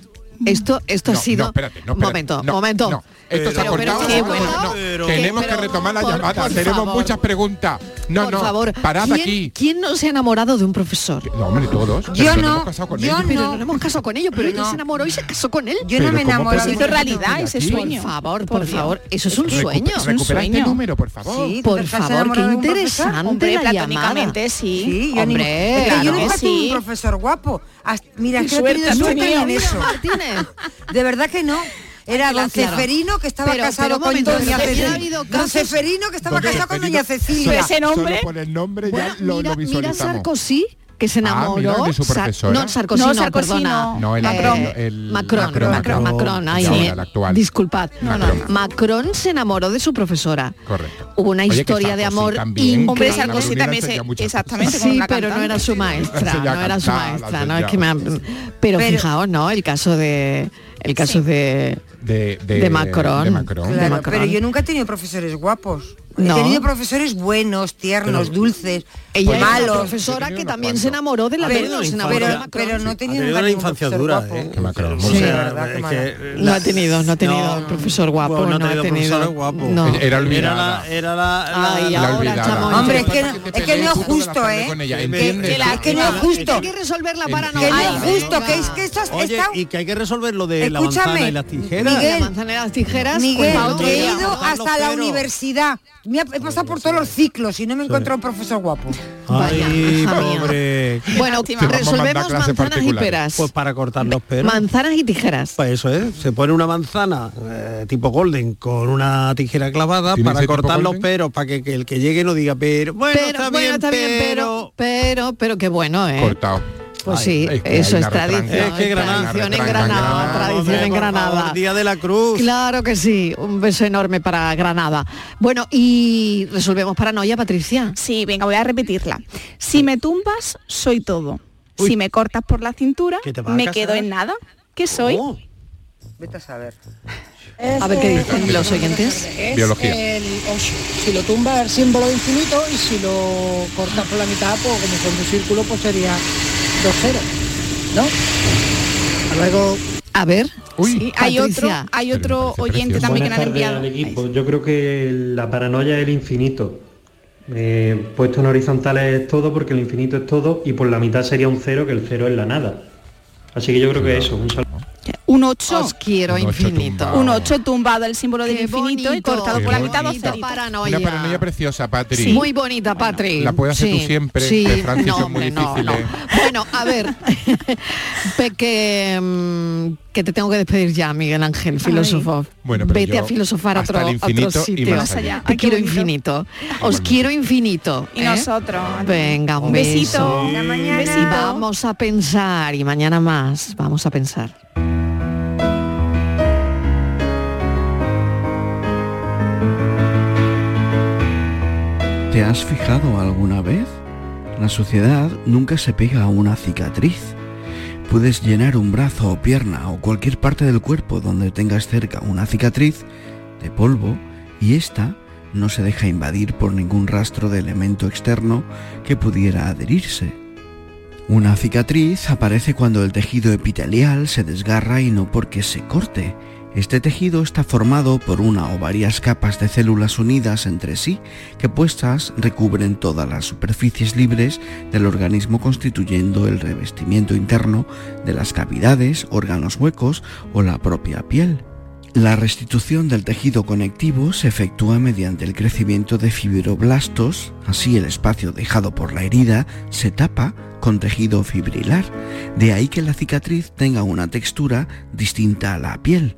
[SPEAKER 5] Esto esto ha
[SPEAKER 10] No,
[SPEAKER 5] sido
[SPEAKER 10] no, espérate, no, espérate,
[SPEAKER 5] momento,
[SPEAKER 10] no,
[SPEAKER 5] momento.
[SPEAKER 10] no. Esto se ha cortado.
[SPEAKER 5] qué
[SPEAKER 10] no, no,
[SPEAKER 5] bueno.
[SPEAKER 10] no. Tenemos que retomar la
[SPEAKER 5] por-
[SPEAKER 10] llamada.
[SPEAKER 5] por
[SPEAKER 10] Tenemos
[SPEAKER 5] favor.
[SPEAKER 10] muchas preguntas. No,
[SPEAKER 5] Por
[SPEAKER 10] no.
[SPEAKER 5] favor,
[SPEAKER 10] Parad
[SPEAKER 5] ¿quién,
[SPEAKER 10] aquí.
[SPEAKER 5] ¿quién no se ha enamorado de un profesor?
[SPEAKER 10] No, hombre, todos. Pero nos hemos casado con ellos.
[SPEAKER 5] Pero no hemos casado con ellos, pero ella
[SPEAKER 6] No.
[SPEAKER 5] se enamoró y se casó con él.
[SPEAKER 6] Yo no Pero me ¿cómo enamoré,
[SPEAKER 5] Se
[SPEAKER 6] puede
[SPEAKER 5] hizo
[SPEAKER 6] ser?
[SPEAKER 5] realidad
[SPEAKER 6] Mira,
[SPEAKER 5] ese
[SPEAKER 6] aquí.
[SPEAKER 5] sueño. Por favor, por favor, eso es un
[SPEAKER 6] Recu-
[SPEAKER 5] sueño.
[SPEAKER 6] recupera
[SPEAKER 5] Es un
[SPEAKER 6] este
[SPEAKER 5] sueño.
[SPEAKER 6] número, por favor. Sí,
[SPEAKER 5] por
[SPEAKER 6] ¿te estás
[SPEAKER 5] favor, qué
[SPEAKER 6] enamorado de un profesor?
[SPEAKER 5] interesante
[SPEAKER 6] Hombre,
[SPEAKER 5] la
[SPEAKER 6] platónicamente,
[SPEAKER 5] llamada.
[SPEAKER 6] Sí, yo ni- es
[SPEAKER 5] hombre,
[SPEAKER 6] que yo
[SPEAKER 5] claro
[SPEAKER 6] nunca
[SPEAKER 5] que
[SPEAKER 6] tuve un
[SPEAKER 5] sí.
[SPEAKER 6] profesor guapo. As- mira,
[SPEAKER 5] Qué
[SPEAKER 6] que no he tenido
[SPEAKER 5] suerte has
[SPEAKER 6] suerte
[SPEAKER 5] tenido,
[SPEAKER 6] en eso.
[SPEAKER 5] mira,
[SPEAKER 6] De verdad que no. Era
[SPEAKER 5] Claro,
[SPEAKER 6] don
[SPEAKER 5] claro.
[SPEAKER 6] Ceferino que estaba
[SPEAKER 5] Pero- pero
[SPEAKER 6] casado
[SPEAKER 5] un
[SPEAKER 6] con
[SPEAKER 5] momento,
[SPEAKER 6] doña
[SPEAKER 5] si hubiera
[SPEAKER 6] Cecilia.
[SPEAKER 5] habido
[SPEAKER 6] Don
[SPEAKER 5] casos-
[SPEAKER 6] Ceferino que estaba
[SPEAKER 5] Don
[SPEAKER 6] casado con
[SPEAKER 5] Ceferino-
[SPEAKER 6] doña Cecilia.
[SPEAKER 5] Ese nombre.
[SPEAKER 10] Solo por el nombre ya lo,
[SPEAKER 5] mira,
[SPEAKER 10] lo
[SPEAKER 5] mira
[SPEAKER 10] visualizamos.
[SPEAKER 5] Sarkozy que se
[SPEAKER 10] Ah,
[SPEAKER 5] enamoró
[SPEAKER 10] mira, de su
[SPEAKER 5] Sar-
[SPEAKER 10] profesora.
[SPEAKER 5] no Sarkozy
[SPEAKER 10] No,
[SPEAKER 5] no,
[SPEAKER 10] Sarkozy
[SPEAKER 5] perdona
[SPEAKER 10] no. No, el anterior, el-
[SPEAKER 5] Macron
[SPEAKER 10] Macron,
[SPEAKER 5] Macron Macron,
[SPEAKER 10] Macron.
[SPEAKER 5] ay,
[SPEAKER 10] Sí.
[SPEAKER 5] me-
[SPEAKER 10] Ahora, el actual.
[SPEAKER 5] disculpad
[SPEAKER 10] No, no, no.
[SPEAKER 5] Macron se enamoró de su profesora
[SPEAKER 10] Correcto.
[SPEAKER 5] hubo una
[SPEAKER 10] Oye, que
[SPEAKER 5] historia de
[SPEAKER 10] Sarkozy
[SPEAKER 5] amor
[SPEAKER 10] también,
[SPEAKER 5] increíble.
[SPEAKER 10] Hombre, Sarkozy La también se- reunión hacía
[SPEAKER 11] exactamente, con
[SPEAKER 5] sí
[SPEAKER 11] una
[SPEAKER 5] pero no
[SPEAKER 11] cantante.
[SPEAKER 5] era su maestra
[SPEAKER 11] Se ya
[SPEAKER 5] no era su
[SPEAKER 11] cantaba, la
[SPEAKER 5] maestra no
[SPEAKER 11] hacía.
[SPEAKER 5] es que me han- pero, fijaos no el caso de el caso de
[SPEAKER 10] de,
[SPEAKER 5] de Macron,
[SPEAKER 10] de Macron.
[SPEAKER 5] de
[SPEAKER 6] Claro,
[SPEAKER 5] Macron.
[SPEAKER 6] pero yo nunca he tenido profesores guapos.
[SPEAKER 5] No.
[SPEAKER 6] He tenido profesores buenos, tiernos, dulces,
[SPEAKER 5] Ella era una
[SPEAKER 6] malos.
[SPEAKER 5] profesora que también se enamoró de la
[SPEAKER 6] pero,
[SPEAKER 5] se enamoró de
[SPEAKER 6] pero,
[SPEAKER 5] Macron.
[SPEAKER 6] pero no he tenido
[SPEAKER 9] Ha tenido
[SPEAKER 6] nunca
[SPEAKER 9] una
[SPEAKER 6] ningún
[SPEAKER 9] infancia
[SPEAKER 6] profesor
[SPEAKER 9] dura,
[SPEAKER 6] guapo.
[SPEAKER 9] ¿eh?
[SPEAKER 10] Sí,
[SPEAKER 9] O
[SPEAKER 10] la
[SPEAKER 9] sea,
[SPEAKER 10] verdad,
[SPEAKER 9] es
[SPEAKER 10] qué
[SPEAKER 9] que
[SPEAKER 5] No ha tenido, no ha tenido profesor guapo,
[SPEAKER 9] Bueno,
[SPEAKER 5] no,
[SPEAKER 9] no ha tenido profesor guapo.
[SPEAKER 5] no.
[SPEAKER 9] Era
[SPEAKER 10] olvidada.
[SPEAKER 9] la- era la- la-
[SPEAKER 5] Ay,
[SPEAKER 9] la
[SPEAKER 5] ahora,
[SPEAKER 9] olvidada.
[SPEAKER 5] chamo,
[SPEAKER 6] Hombre, es
[SPEAKER 5] entre-
[SPEAKER 6] que no es, que no es justo, ¿eh?
[SPEAKER 10] con ella,
[SPEAKER 6] Que-
[SPEAKER 10] ¿entiendes?
[SPEAKER 6] que la- que no es justo.
[SPEAKER 5] Hay que resolverla
[SPEAKER 6] para
[SPEAKER 5] para
[SPEAKER 6] no- Que no es justo, que es que estas-
[SPEAKER 9] Oye,
[SPEAKER 6] esta-
[SPEAKER 9] y que hay que resolver lo de
[SPEAKER 6] Escúchame,
[SPEAKER 9] la manzana y las tijeras.
[SPEAKER 5] La manzana y las tijeras.
[SPEAKER 6] Miguel,
[SPEAKER 5] cuidado,
[SPEAKER 6] que he
[SPEAKER 5] cuidado.
[SPEAKER 6] ido hasta la universidad. Me ha- he pasado por todos los ciclos y no me he encontrado un profesor guapo.
[SPEAKER 9] Ay,
[SPEAKER 5] hija mía.
[SPEAKER 9] pobre.
[SPEAKER 5] Bueno, Te vamos a resolvemos mandar clases manzanas y particulares. peras.
[SPEAKER 9] Pues para cortar los peros.
[SPEAKER 5] Manzanas y tijeras.
[SPEAKER 9] Pues eso es, se pone una manzana eh, tipo golden con una tijera clavada
[SPEAKER 10] ¿Tiene
[SPEAKER 9] para
[SPEAKER 10] ese tipo
[SPEAKER 9] cortar los
[SPEAKER 10] golden?
[SPEAKER 9] peros, para que, que el que llegue no diga, pero bueno,
[SPEAKER 5] pero,
[SPEAKER 9] está
[SPEAKER 5] bueno,
[SPEAKER 9] bien,
[SPEAKER 5] está bien, pero, pero, pero qué bueno, ¿eh?
[SPEAKER 10] Cortado.
[SPEAKER 5] Pues
[SPEAKER 10] Ay,
[SPEAKER 5] sí,
[SPEAKER 10] es que
[SPEAKER 5] eso
[SPEAKER 10] hay una
[SPEAKER 5] es
[SPEAKER 10] retranca.
[SPEAKER 5] tradición.
[SPEAKER 10] Es que Granada-
[SPEAKER 5] tradición en
[SPEAKER 10] retranca en
[SPEAKER 5] Granada,
[SPEAKER 10] Granada.
[SPEAKER 5] tradición en
[SPEAKER 10] Hombre, por
[SPEAKER 5] Granada.
[SPEAKER 10] favor,
[SPEAKER 9] Día de la Cruz.
[SPEAKER 5] Claro que sí, un beso enorme para Granada. Bueno, y resolvemos paranoia, Patricia.
[SPEAKER 11] Sí, venga, voy a repetirla. Si me tumbas, soy todo. Si me cortas por la cintura,
[SPEAKER 6] ¿Que te vas a
[SPEAKER 11] me
[SPEAKER 6] casar?
[SPEAKER 11] quedo en nada. ¿Qué soy?
[SPEAKER 10] Oh.
[SPEAKER 6] Vete a saber.
[SPEAKER 5] A ver qué dicen los oyentes.
[SPEAKER 8] Es
[SPEAKER 10] Biología.
[SPEAKER 8] el ocho. Si lo tumba el símbolo de infinito y si lo cortas por la mitad, pues como son un círculo, pues sería dos ceros, ¿no? Luego,
[SPEAKER 5] a ver,
[SPEAKER 11] Sí, hay otro,
[SPEAKER 8] Patricia.
[SPEAKER 11] hay otro oyente también que
[SPEAKER 18] Buenas
[SPEAKER 11] nos han
[SPEAKER 18] tardes
[SPEAKER 11] enviado.
[SPEAKER 18] al equipo. Yo creo que la paranoia es el infinito. Eh, puesto en horizontal es todo porque el infinito es todo y por la mitad sería un cero que el cero es la nada. Así que yo creo que eso, un saludo.
[SPEAKER 11] Un 8.
[SPEAKER 5] Os quiero infinito.
[SPEAKER 11] Un 8 tumbado el símbolo del
[SPEAKER 5] Qué
[SPEAKER 11] infinito y
[SPEAKER 5] bonito,
[SPEAKER 11] cortado
[SPEAKER 5] qué
[SPEAKER 11] por la mitad dos
[SPEAKER 5] bonito,
[SPEAKER 11] ceritos.
[SPEAKER 5] paranoia.
[SPEAKER 10] Una paranoia preciosa, Patri.
[SPEAKER 5] Sí. Muy bonita, Patri.
[SPEAKER 10] La puedes hacer
[SPEAKER 5] Sí,
[SPEAKER 10] tú siempre,
[SPEAKER 5] sí.
[SPEAKER 10] que Francis
[SPEAKER 5] No,
[SPEAKER 10] son muy ¿eh?
[SPEAKER 5] hombre, no,
[SPEAKER 10] difíciles.
[SPEAKER 5] no. Bueno, a ver, pe- que, mm, que te tengo que despedir ya, Miguel Ángel, filósofo.
[SPEAKER 10] Bueno, pero
[SPEAKER 5] Vete
[SPEAKER 10] yo
[SPEAKER 5] a filosofar a
[SPEAKER 10] hasta el
[SPEAKER 5] otro, a
[SPEAKER 10] infinito
[SPEAKER 5] otro
[SPEAKER 10] y
[SPEAKER 5] sitio.
[SPEAKER 10] más Más allá. allá.
[SPEAKER 5] Te quiero infinito. Os quiero infinito.
[SPEAKER 11] Y
[SPEAKER 5] ¿eh?
[SPEAKER 11] nosotros.
[SPEAKER 5] Venga, un
[SPEAKER 11] Un besito.
[SPEAKER 5] beso.
[SPEAKER 11] Hasta mañana.
[SPEAKER 5] Y vamos a pensar, y mañana más, vamos a pensar.
[SPEAKER 14] ¿Te has fijado alguna vez? La suciedad nunca se pega a una cicatriz. Puedes llenar un brazo o pierna o cualquier parte del cuerpo donde tengas cerca una cicatriz de polvo y ésta no se deja invadir por ningún rastro de elemento externo que pudiera adherirse. Una cicatriz aparece cuando el tejido epitelial se desgarra y no porque se corte. Este tejido está formado por una o varias capas de células unidas entre sí que puestas recubren todas las superficies libres del organismo constituyendo el revestimiento interno de las cavidades, órganos huecos o la propia piel. La restitución del tejido conectivo se efectúa mediante el crecimiento de fibroblastos, así el espacio dejado por la herida se tapa con tejido fibrilar, de ahí que la cicatriz tenga una textura distinta a la piel.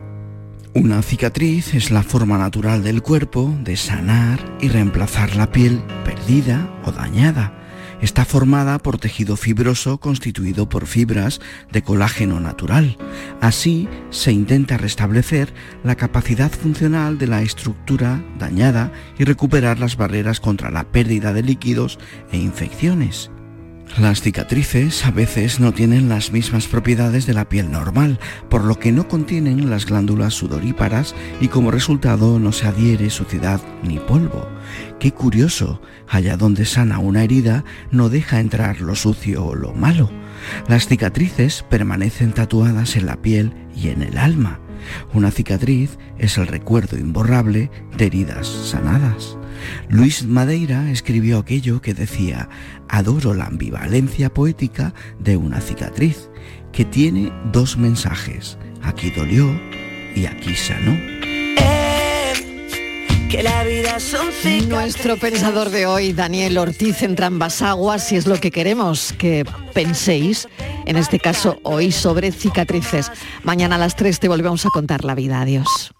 [SPEAKER 14] Una cicatriz es la forma natural del cuerpo de sanar y reemplazar la piel perdida o dañada. Está formada por tejido fibroso constituido por fibras de colágeno natural. Así se intenta restablecer la capacidad funcional de la estructura dañada y recuperar las barreras contra la pérdida de líquidos e infecciones. Las cicatrices a veces no tienen las mismas propiedades de la piel normal, por lo que no contienen las glándulas sudoríparas y como resultado no se adhiere suciedad ni polvo. Qué curioso, allá donde sana una herida no deja entrar lo sucio o lo malo. Las cicatrices permanecen tatuadas en la piel y en el alma. Una cicatriz es el recuerdo imborrable de heridas sanadas. Luis Madeira escribió aquello que decía, adoro la ambivalencia poética de una cicatriz, que tiene dos mensajes, aquí dolió y aquí sanó.
[SPEAKER 5] Que la vida son Nuestro pensador de hoy, Daniel Ortiz, en Trambasaguas, si es lo que queremos que penséis, en este caso hoy sobre cicatrices. Mañana a las 3 te volvemos a contar la vida. Adiós.